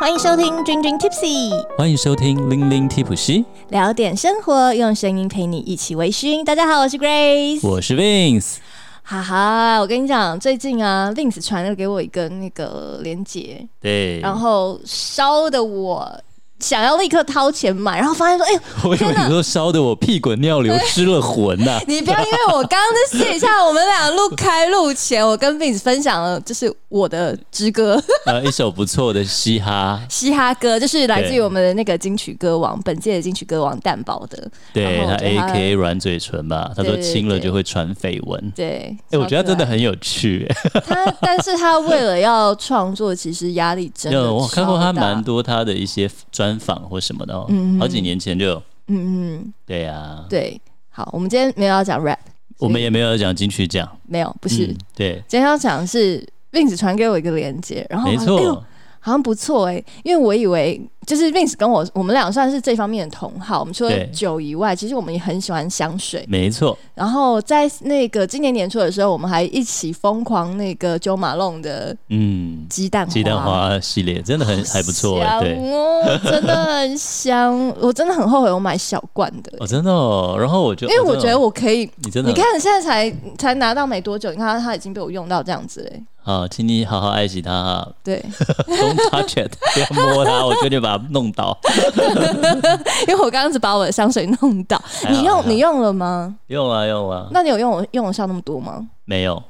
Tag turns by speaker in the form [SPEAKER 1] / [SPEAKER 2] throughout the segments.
[SPEAKER 1] 欢迎收听君君 Tipsy，
[SPEAKER 2] 欢迎收听《零零 t 普西》，
[SPEAKER 1] 聊点生活，用声音陪你一起微醺。大家好，我是 Grace。
[SPEAKER 2] 我是 Vince。
[SPEAKER 1] 哈哈，我跟你讲，最近啊，Vince 传了给我一个那个链接，
[SPEAKER 2] 对，
[SPEAKER 1] 然后烧的我想要立刻掏钱买，然后发现说，哎、
[SPEAKER 2] 我以为你说烧的我屁滚尿流，失了魂啊呐、
[SPEAKER 1] 你不要因为我刚刚在试一下，我们俩录开录前，我跟 Vince 分享了，就是我的之歌。
[SPEAKER 2] 呃，一首不错的嘻哈，
[SPEAKER 1] 嘻哈歌，就是来自于我们的那个金曲歌王，本届的金曲歌王蛋宝的。
[SPEAKER 2] 对
[SPEAKER 1] 然后
[SPEAKER 2] 他
[SPEAKER 1] 哦我觉
[SPEAKER 2] A
[SPEAKER 1] 得他
[SPEAKER 2] K A 软嘴唇吧，他说
[SPEAKER 1] 对对
[SPEAKER 2] 亲
[SPEAKER 1] 对
[SPEAKER 2] 了就会传绯闻。
[SPEAKER 1] 对，
[SPEAKER 2] 哎、我觉得他真的
[SPEAKER 1] 很
[SPEAKER 2] 很有趣、欸。
[SPEAKER 1] 他，但是他为了要创作，其实压力 真的。
[SPEAKER 2] 嗯，我看过他蛮
[SPEAKER 1] 多，
[SPEAKER 2] 多他的一些专访或什么的、哦，
[SPEAKER 1] 嗯
[SPEAKER 2] 好几年前就有。
[SPEAKER 1] 嗯嗯，
[SPEAKER 2] 对呀、啊，
[SPEAKER 1] 对。好，我们今天没有要讲 rap，
[SPEAKER 2] 我们也没有讲金曲奖，
[SPEAKER 1] 没有，不是，
[SPEAKER 2] 嗯对，
[SPEAKER 1] 今天要讲的是 Vince 传给我一个链接，然后
[SPEAKER 2] 没
[SPEAKER 1] 我哎呦
[SPEAKER 2] 错，
[SPEAKER 1] 好像不错哎、因为我以为就是 Vince 跟我，我们俩算是这方面的同好。我们除了
[SPEAKER 2] 对
[SPEAKER 1] 酒以外，其实我们也很喜欢香水。
[SPEAKER 2] 没错，
[SPEAKER 1] 然后在那个今年年初的时候，我们还一起疯狂那个 Jo Malone 的
[SPEAKER 2] 嗯，
[SPEAKER 1] 鸡蛋花
[SPEAKER 2] 鸡蛋花系列真的很还不错、欸，
[SPEAKER 1] 香
[SPEAKER 2] 对。
[SPEAKER 1] 哦，真的很香。我真的很后悔我买小罐的，欸
[SPEAKER 2] 哦，真的哦。然后我就，
[SPEAKER 1] 因为我觉得
[SPEAKER 2] 我
[SPEAKER 1] 我可以。
[SPEAKER 2] 你真的，
[SPEAKER 1] 你看，现在才才拿到没多久，你看它已经被我用到这样子嘞。
[SPEAKER 2] 啊，请你好好爱惜它哈
[SPEAKER 1] 对，
[SPEAKER 2] ，Don't touch it，不 要摸它，我绝对把它弄倒。
[SPEAKER 1] 因为我刚刚只把我的香水弄到。
[SPEAKER 2] 哎好
[SPEAKER 1] 你
[SPEAKER 2] 还
[SPEAKER 1] 用
[SPEAKER 2] 好
[SPEAKER 1] 你用了吗？
[SPEAKER 2] 用啊用啊，
[SPEAKER 1] 那你有用我用得上那么多吗？
[SPEAKER 2] 没有，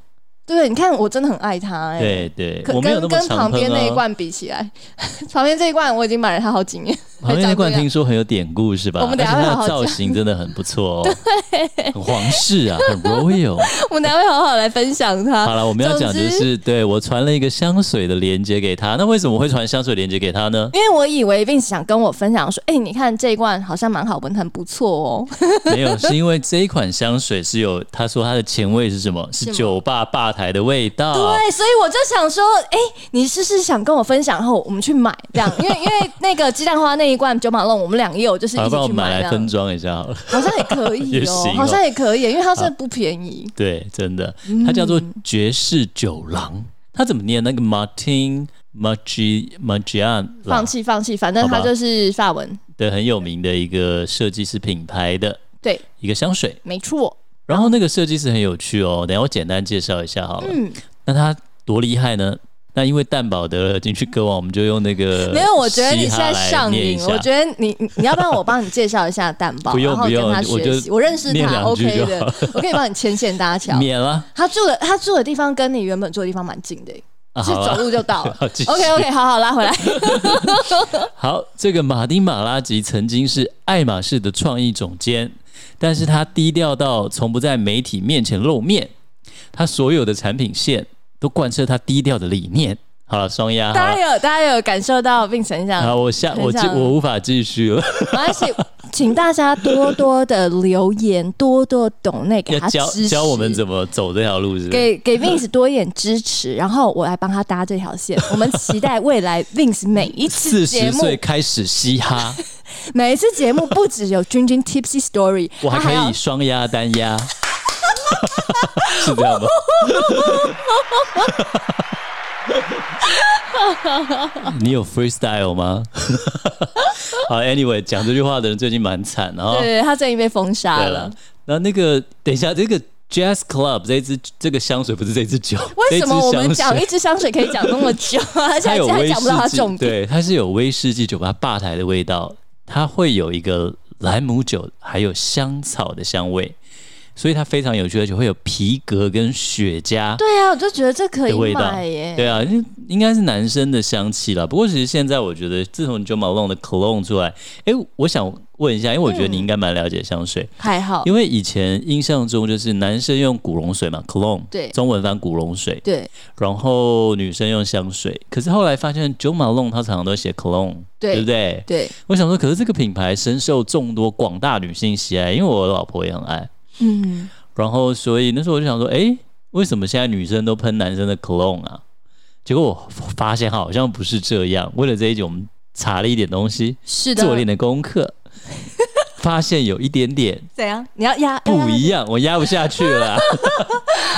[SPEAKER 1] 对，你看我真的很爱它哎、
[SPEAKER 2] 对对，
[SPEAKER 1] 可
[SPEAKER 2] 我没有那
[SPEAKER 1] 跟
[SPEAKER 2] 么
[SPEAKER 1] 跟
[SPEAKER 2] 常
[SPEAKER 1] 旁
[SPEAKER 2] 喷
[SPEAKER 1] 边那一
[SPEAKER 2] 啊。
[SPEAKER 1] 罐比起来， 旁边这一罐我已经买了它好几年。
[SPEAKER 2] 旁边
[SPEAKER 1] 还
[SPEAKER 2] 那
[SPEAKER 1] 长
[SPEAKER 2] 罐
[SPEAKER 1] 这样
[SPEAKER 2] 听说很有典故是吧？
[SPEAKER 1] 我们等一下
[SPEAKER 2] 而且
[SPEAKER 1] 会好
[SPEAKER 2] 它
[SPEAKER 1] 好
[SPEAKER 2] 的造
[SPEAKER 1] 讲
[SPEAKER 2] 型真的很不 错哦，很皇室啊，很 royal。
[SPEAKER 1] 我等一下会好好来分享它。
[SPEAKER 2] 好了，我们要
[SPEAKER 1] 总
[SPEAKER 2] 讲就
[SPEAKER 1] 之
[SPEAKER 2] 是，对我传了一个香水的链接给他，那为什么会传香水链接给他呢？
[SPEAKER 1] 因为我以为 Vince 想跟我分享说，哎、你看这一罐好像蛮好闻，很不错哦。
[SPEAKER 2] 没有，是因为这一款香水是有，他说它的前味是什么？
[SPEAKER 1] 是
[SPEAKER 2] 是
[SPEAKER 1] 吗
[SPEAKER 2] 酒吧吧台的味道。
[SPEAKER 1] 对，所以我就想说，哎、你是不是想跟我分享，然后我们去买这样？因为因为那个鸡蛋花那一罐九马龙，我们两个也有就是
[SPEAKER 2] 好，
[SPEAKER 1] 一
[SPEAKER 2] 啊帮我
[SPEAKER 1] 起去
[SPEAKER 2] 们买
[SPEAKER 1] 买这
[SPEAKER 2] 来分
[SPEAKER 1] 样，
[SPEAKER 2] 装一下好了。
[SPEAKER 1] 好像也可以
[SPEAKER 2] 也
[SPEAKER 1] 哦，
[SPEAKER 2] 行哦
[SPEAKER 1] 好像也可以，因为它真的不便宜。
[SPEAKER 2] 对，真的，
[SPEAKER 1] 嗯
[SPEAKER 2] 它叫做爵士酒廊。它怎么念？那个 Martin Maggi Magian，
[SPEAKER 1] 放弃，放弃，反正
[SPEAKER 2] 好吧
[SPEAKER 1] 它就是法文，
[SPEAKER 2] 对，很有名的一个设计师品牌的
[SPEAKER 1] 对，
[SPEAKER 2] 一个香水。
[SPEAKER 1] 没错。
[SPEAKER 2] 然后那个设计师很有趣哦，等一下我简单介绍一下好了。
[SPEAKER 1] 嗯，
[SPEAKER 2] 那他多厉害呢？那因为蛋堡得了金曲歌王，我们就用那个
[SPEAKER 1] 没有，我觉得你现在
[SPEAKER 2] 嘻哈来
[SPEAKER 1] 上
[SPEAKER 2] 念一
[SPEAKER 1] 瘾，
[SPEAKER 2] 下
[SPEAKER 1] 我觉得你你你要不然我帮你介绍一下蛋包，
[SPEAKER 2] 不用
[SPEAKER 1] 然后
[SPEAKER 2] 不
[SPEAKER 1] 跟
[SPEAKER 2] 用
[SPEAKER 1] 他
[SPEAKER 2] 我
[SPEAKER 1] 学
[SPEAKER 2] 就
[SPEAKER 1] 习，我认识
[SPEAKER 2] 念
[SPEAKER 1] 他
[SPEAKER 2] 两句
[SPEAKER 1] ，OK
[SPEAKER 2] 就
[SPEAKER 1] 的
[SPEAKER 2] 好，
[SPEAKER 1] 我可以帮你牵线搭 桥。
[SPEAKER 2] 免了
[SPEAKER 1] 他住的他住的地方跟你原本住的地方蛮近的、
[SPEAKER 2] 啊，
[SPEAKER 1] 是
[SPEAKER 2] 好
[SPEAKER 1] 走
[SPEAKER 2] 了。。
[SPEAKER 1] 路就到了
[SPEAKER 2] 好继续
[SPEAKER 1] OK OK，好好拉回来。
[SPEAKER 2] 好，这个马丁马拉吉曾经是爱马仕的创意总监，但是他低调到从不在媒体面前露面，他所有的产品线都贯彻他低调的理念。好了，双压好
[SPEAKER 1] 大
[SPEAKER 2] 了。
[SPEAKER 1] 家有大家有感受到并成
[SPEAKER 2] 好，
[SPEAKER 1] 长，
[SPEAKER 2] 我下我
[SPEAKER 1] 很
[SPEAKER 2] 继
[SPEAKER 1] 像
[SPEAKER 2] 我无法继续了，
[SPEAKER 1] 没关系，请大家多多的留言，多多懂那给
[SPEAKER 2] 要
[SPEAKER 1] 他
[SPEAKER 2] 教
[SPEAKER 1] 支持，
[SPEAKER 2] 教我们怎么走这条路是不是？
[SPEAKER 1] 给给 Vince 多一点支持，然后我来帮他搭这条 线。我们期待未来 Vince 每一次
[SPEAKER 2] 四
[SPEAKER 1] 节
[SPEAKER 2] 十
[SPEAKER 1] 目，
[SPEAKER 2] 岁开始嘻哈，
[SPEAKER 1] 每一次节目不只有君君 Tipsy Story，
[SPEAKER 2] 我还
[SPEAKER 1] 他
[SPEAKER 2] 可
[SPEAKER 1] 要
[SPEAKER 2] 以双压单压，是这样吗？ 你有 freestyle 吗？ 好，anyway，讲这句话的人最近蛮惨的哦。
[SPEAKER 1] 对啊他最近被封杀
[SPEAKER 2] 对啊
[SPEAKER 1] 了
[SPEAKER 2] 了。，那那个等一下，这个 Jazz Club 这一支这个香水不是这支酒，
[SPEAKER 1] 为什么我们
[SPEAKER 2] 这支香
[SPEAKER 1] 讲
[SPEAKER 2] 水
[SPEAKER 1] 一支香水可以讲那么久啊？ 而且
[SPEAKER 2] 它
[SPEAKER 1] 还
[SPEAKER 2] 有
[SPEAKER 1] 还
[SPEAKER 2] 威
[SPEAKER 1] 讲不到它
[SPEAKER 2] 士忌，
[SPEAKER 1] 重点。
[SPEAKER 2] 对，它是有威士忌酒吧吧台的味道，它会有一个莱姆酒还有香草的香味，所以它非常有趣，而且会有皮革跟雪茄
[SPEAKER 1] 对啊，我就觉得这可
[SPEAKER 2] 的味
[SPEAKER 1] 以
[SPEAKER 2] 道
[SPEAKER 1] 买耶。。
[SPEAKER 2] 对啊，应应该是男生的香气啦。不过其实现在我觉得，自从九毛弄的 cologne 出来，诶，我想问一下，因为我觉得你应该蛮了解香水，
[SPEAKER 1] 还好，
[SPEAKER 2] 因为以前印象中就是男生用古龙水嘛，cologne，
[SPEAKER 1] 对
[SPEAKER 2] 中文翻古龙水，
[SPEAKER 1] 对
[SPEAKER 2] 然后女生用香水，可是后来发现 Jo Malone 他常常都写 cologne，
[SPEAKER 1] 对
[SPEAKER 2] 不对？
[SPEAKER 1] 对，
[SPEAKER 2] 我想说，可是这个品牌深受众多广大女性喜爱，因为我老婆也很爱，
[SPEAKER 1] 嗯，
[SPEAKER 2] 然后所以那时候我就想说，诶，为什么现在女生都喷男生的 cologne 啊？结果我发现好像不是这样。为了这一集，我们查了一点东西，
[SPEAKER 1] 是的
[SPEAKER 2] 做了一，点功课，发现有一点点
[SPEAKER 1] 怎样？你要压
[SPEAKER 2] 不一样，我压不下 去了啊。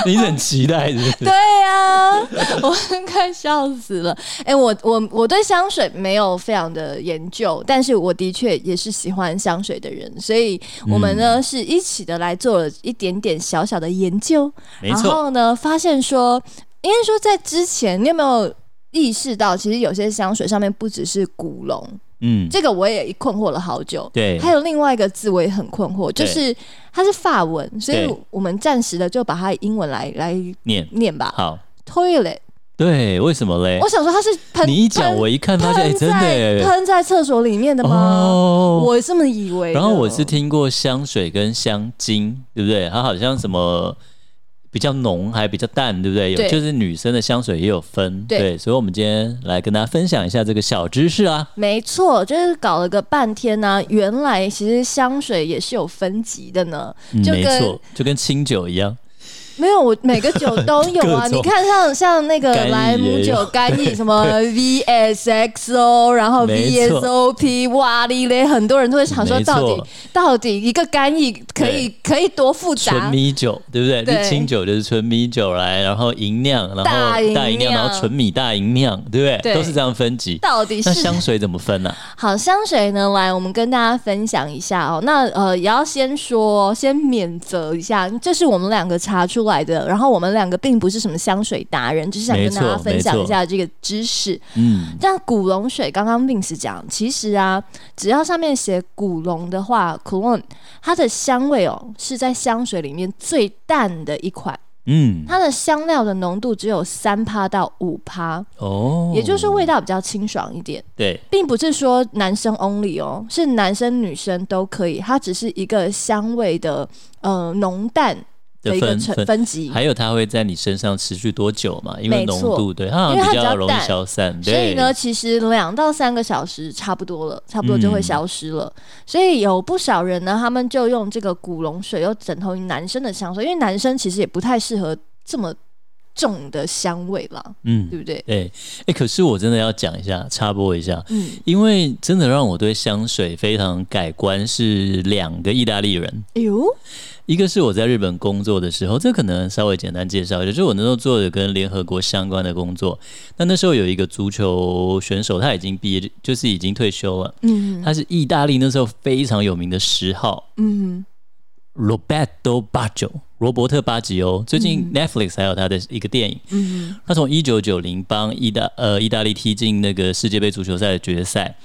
[SPEAKER 2] 你很期待是不是？
[SPEAKER 1] 对呀、 我快笑死了。哎、我我我对香水没有非常的研究，但是我的确也是喜欢香水的人，所以我们
[SPEAKER 2] 嗯
[SPEAKER 1] 呢、是一起的来做了一点点小小的研究，
[SPEAKER 2] 没
[SPEAKER 1] 然
[SPEAKER 2] 错，
[SPEAKER 1] 后呢发现说，应该说在之前你有没有？意识到其实有些香水上面不只是古龙，
[SPEAKER 2] 嗯，
[SPEAKER 1] 这个我也困惑了好久。
[SPEAKER 2] 对
[SPEAKER 1] 还有另外一个字我也很困惑，就
[SPEAKER 2] 对
[SPEAKER 1] 是它是法文，所以
[SPEAKER 2] 对
[SPEAKER 1] 我们暂时的就把它英文来来
[SPEAKER 2] 念
[SPEAKER 1] 念吧。
[SPEAKER 2] 好，
[SPEAKER 1] toilet，
[SPEAKER 2] 对，为什么嘞
[SPEAKER 1] 我？想说它是喷，
[SPEAKER 2] 你一讲，我一看发现，哎，
[SPEAKER 1] 喷
[SPEAKER 2] 真的
[SPEAKER 1] 在
[SPEAKER 2] 哎，
[SPEAKER 1] 喷在厕所里面的吗？
[SPEAKER 2] 哦。
[SPEAKER 1] 我这么以为的。
[SPEAKER 2] 然后我是听过香水跟香精，对不对？它好像什么比较浓，还比较淡，对不对？有
[SPEAKER 1] 对
[SPEAKER 2] 就是女生的香水也有分，
[SPEAKER 1] 对
[SPEAKER 2] 对，所以我们今天来跟大家分享一下这个小知识啊。
[SPEAKER 1] 没错，就是搞了个半天呢、原来其实香水也是有分级的呢，
[SPEAKER 2] 嗯
[SPEAKER 1] 就
[SPEAKER 2] 没
[SPEAKER 1] 跟
[SPEAKER 2] 错，就跟清酒一样，
[SPEAKER 1] 没有我每个酒都有啊。
[SPEAKER 2] 各种
[SPEAKER 1] 你看像像那个
[SPEAKER 2] 干邑
[SPEAKER 1] 莱姆
[SPEAKER 2] 也
[SPEAKER 1] 酒
[SPEAKER 2] 有、
[SPEAKER 1] 干 邑什么 VSXO，然后
[SPEAKER 2] 没错
[SPEAKER 1] VSOP，哇哩嘞，很多人都会想说
[SPEAKER 2] 没
[SPEAKER 1] 到底
[SPEAKER 2] 错
[SPEAKER 1] 到底一个干邑可以可以多复
[SPEAKER 2] 纯
[SPEAKER 1] 杂？
[SPEAKER 2] 米酒，对不对？
[SPEAKER 1] 对
[SPEAKER 2] 就清酒就是纯米酒来，然后银酿，然后
[SPEAKER 1] 大银
[SPEAKER 2] 大银酿，
[SPEAKER 1] 酿
[SPEAKER 2] 然后纯米大银酿，对不对？
[SPEAKER 1] 对
[SPEAKER 2] 都是这样分级。
[SPEAKER 1] 到底
[SPEAKER 2] 那
[SPEAKER 1] 是
[SPEAKER 2] 香水怎么分啊呢、
[SPEAKER 1] 好，香水呢，来，我们跟大家分享一下哦。那呃，也要先说，先免责一下，这是我们两个查出来的。然后我们两个并不是什么香水达人，只是想
[SPEAKER 2] 没
[SPEAKER 1] 跟大家
[SPEAKER 2] 错
[SPEAKER 1] 分
[SPEAKER 2] 没
[SPEAKER 1] 享一
[SPEAKER 2] 错
[SPEAKER 1] 下这个知识。
[SPEAKER 2] 嗯，
[SPEAKER 1] 但古龙水刚刚 Vince 讲，其实啊，只要上面写古龙的话，cologne 它的香味哦是在香水里面最淡的一款，
[SPEAKER 2] 嗯，
[SPEAKER 1] 它的香料的浓度只有三趴到五趴，
[SPEAKER 2] 哦，
[SPEAKER 1] 也就是说味道比较清爽一点。
[SPEAKER 2] 对，
[SPEAKER 1] 并不是说男生 only 哦，是男生女生都可以，它只是一个香味的呃浓淡的
[SPEAKER 2] 的
[SPEAKER 1] 一个
[SPEAKER 2] 分
[SPEAKER 1] 成
[SPEAKER 2] 分，
[SPEAKER 1] 分级。
[SPEAKER 2] 还有它会在你身上持续多久嘛？因为
[SPEAKER 1] 没
[SPEAKER 2] 浓
[SPEAKER 1] 错
[SPEAKER 2] 度，对，它好
[SPEAKER 1] 因为
[SPEAKER 2] 像
[SPEAKER 1] 它比
[SPEAKER 2] 比
[SPEAKER 1] 较
[SPEAKER 2] 较容易
[SPEAKER 1] 淡
[SPEAKER 2] 消散，
[SPEAKER 1] 所以
[SPEAKER 2] 对，
[SPEAKER 1] 呢，其实两到三个小时差不多了，差不多就
[SPEAKER 2] 嗯
[SPEAKER 1] 会消失了。所以有不少人呢，他们就用这个古龙水又枕头于男生的香水，因为男生其实也不太适合这么重的香味啦，
[SPEAKER 2] 嗯，
[SPEAKER 1] 对不对？
[SPEAKER 2] 对，哎，可是我真的要讲一下，插播一下，
[SPEAKER 1] 嗯，
[SPEAKER 2] 因为真的让我对香水非常改观是两个意大利人，
[SPEAKER 1] 哎呦，
[SPEAKER 2] 一个是我在日本工作的时候，这可能稍微简单介绍一下，就是我那时候做的跟联合国相关的工作。那那时候有一个足球选手，他已经毕业，就是已经退休了。
[SPEAKER 1] 嗯
[SPEAKER 2] 他是意大利那时候非常有名的十号
[SPEAKER 1] 嗯，
[SPEAKER 2] Roberto Baggio，罗伯特巴吉欧。最近 Netflix 还有他的一个电影，
[SPEAKER 1] 嗯
[SPEAKER 2] 他从一九九零帮意大呃意大利踢进那个世界杯足球赛的决赛，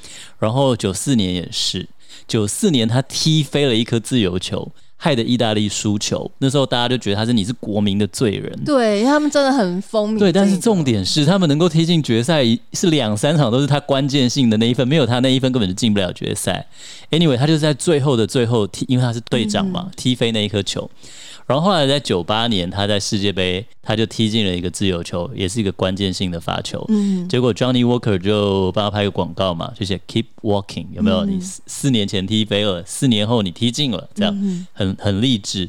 [SPEAKER 2] 然后九四年也是，九四年他踢飞了一颗自由球，害得意大利输球。那时候大家就觉得他是你是国民的罪人。
[SPEAKER 1] 对，因为他们真的很风靡这一个。
[SPEAKER 2] 对，但是重点是他们能够踢进决赛，是两三场都是他关键性的那一分，没有他那一分根本就进不了决赛。Anyway，他就是在最后的最后踢，因为他是队长嘛，
[SPEAKER 1] 嗯
[SPEAKER 2] 踢飞那一颗球。然后后来在九八年，他在世界杯他就踢进了一个自由球，也是一个关键性的罚球。
[SPEAKER 1] 嗯，
[SPEAKER 2] 结果 Johnny Walker 就帮他拍个广告嘛，就写 Keep Walking，有没有？
[SPEAKER 1] 嗯
[SPEAKER 2] 你四四年前踢飞了，四年后你踢进了，这样
[SPEAKER 1] 嗯
[SPEAKER 2] 很很励志。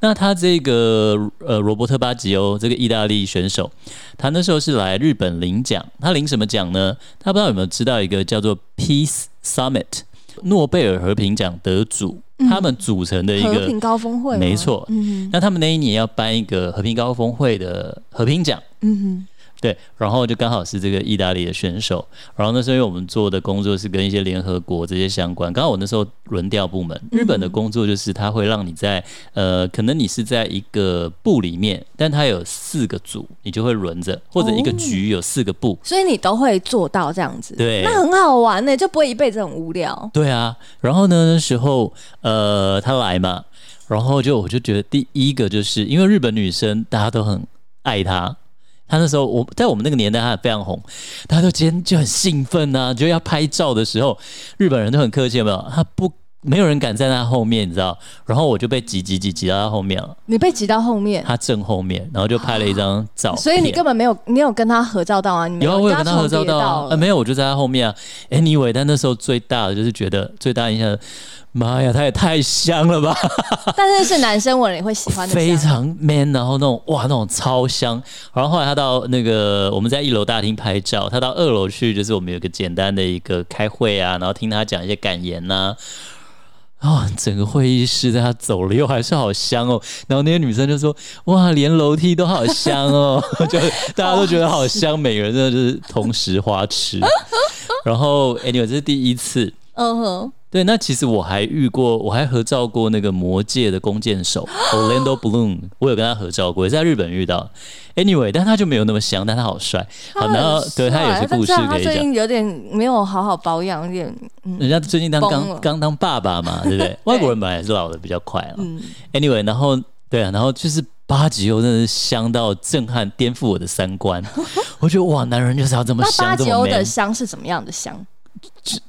[SPEAKER 2] 那他这个呃罗伯特巴吉欧这个意大利选手，他那时候是来日本领奖，他领什么奖呢？他不知道有没有知道一个叫做 Peace Summit 诺贝尔和平奖得主，他们组成的一
[SPEAKER 1] 嗯和
[SPEAKER 2] 个
[SPEAKER 1] 平高峰会吗，
[SPEAKER 2] 没错
[SPEAKER 1] 嗯
[SPEAKER 2] 那他们那一年要颁一个和平高峰会的和平奖，
[SPEAKER 1] 哼嗯哼。
[SPEAKER 2] 对，然后就刚好是这个意大利的选手，然后那时候因为我们做的工作是跟一些联合国这些相关，刚好我那时候轮调部门，
[SPEAKER 1] 嗯
[SPEAKER 2] 日本的工作就是它会让你在呃，可能你是在一个部里面，但它有四个组，你就会轮着，或者一个
[SPEAKER 1] 哦
[SPEAKER 2] 局有四个部，
[SPEAKER 1] 所以你都会做到这样子，
[SPEAKER 2] 对
[SPEAKER 1] 那很好玩呢、就不会一辈子很无聊。
[SPEAKER 2] 对啊，然后呢那时候呃他来嘛，然后就我就觉得第一个就是因为日本女生大家都很爱她，她那时候我在我们那个年代她非常红，大家都今天就很兴奋啊，就要拍照的时候，日本人都很客气，有没有？她不没有人敢在她后面，你知道？然后我就被挤挤挤挤到她后面了，
[SPEAKER 1] 你被挤到后面，
[SPEAKER 2] 她正后面，然后就拍了一张照片。
[SPEAKER 1] 所以你根本没有，你有跟他合照到啊？你没
[SPEAKER 2] 有啊，我有跟他合照
[SPEAKER 1] 重叠
[SPEAKER 2] 到啊，
[SPEAKER 1] 了
[SPEAKER 2] 呃，没有，我就在他后面啊。Anyway，但那时候最大的就是觉得最大印象，妈呀，他也太香了吧，
[SPEAKER 1] 但是是男生闻了也会喜欢的香，
[SPEAKER 2] 非常 man，然后那种哇，那种超香。然后后来他到那个我们在一楼大厅拍照，他到二楼去，就是我们有一个简单的一个开会啊，然后听他讲一些感言呐、啊、整个会议室在他走了以后还是好香哦。然后那些女生就说：“哇，连楼梯都好香哦！” 就大家都觉得好香，每个人真的就是同时花痴。然后，anyway，这是第一次。
[SPEAKER 1] 嗯哼，
[SPEAKER 2] 对，那其实我还遇过，我还合照过那个《魔界》的弓 箭手 Orlando Bloom，我有跟他合照过，也是在日本遇到。Anyway，但他就没有那么香，但他好帅。好，然后对他也是故事
[SPEAKER 1] 啊他
[SPEAKER 2] 可以
[SPEAKER 1] 最
[SPEAKER 2] 讲。
[SPEAKER 1] 近有点没有好好保养，有点嗯
[SPEAKER 2] 人家最近当
[SPEAKER 1] 崩了
[SPEAKER 2] 刚刚当爸爸嘛，对 不对？外国人本来也是老的比较快了。
[SPEAKER 1] 嗯，
[SPEAKER 2] Anyway，然后对啊，然后就是八级欧真的是香到震撼，颠覆我的 三观。我觉得哇，男人就是要这么
[SPEAKER 1] 那八
[SPEAKER 2] 香，这
[SPEAKER 1] 吉
[SPEAKER 2] 么
[SPEAKER 1] 欧
[SPEAKER 2] man
[SPEAKER 1] 的。香是怎么样的香？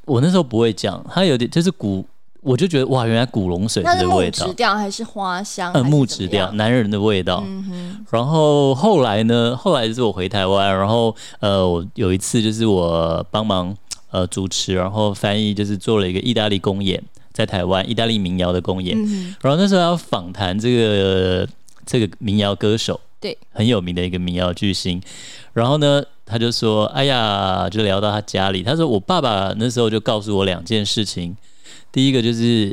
[SPEAKER 2] 我那时候不会讲，他有点就是古，我就觉得哇，原来古龙水
[SPEAKER 1] 那是
[SPEAKER 2] 的
[SPEAKER 1] 木
[SPEAKER 2] 味
[SPEAKER 1] 质
[SPEAKER 2] 道，
[SPEAKER 1] 调还是花香？
[SPEAKER 2] 嗯，
[SPEAKER 1] 还是
[SPEAKER 2] 木
[SPEAKER 1] 怎
[SPEAKER 2] 质
[SPEAKER 1] 么
[SPEAKER 2] 调，
[SPEAKER 1] 样。
[SPEAKER 2] 男人的味道。
[SPEAKER 1] 嗯哼，
[SPEAKER 2] 然后后来呢？后来就是我回台湾，然后呃，我有一次就是我帮忙呃主持，然后翻译，就是做了一个意大利公演，在台湾意大利民谣的公演。
[SPEAKER 1] 嗯
[SPEAKER 2] 然后那时候要访谈这个呃这个民谣歌手，
[SPEAKER 1] 对，
[SPEAKER 2] 很有名的一个民谣巨星。然后呢，他就说：“哎呀，就聊到他家里。他说我爸爸那时候就告诉我两件事情，第一个就是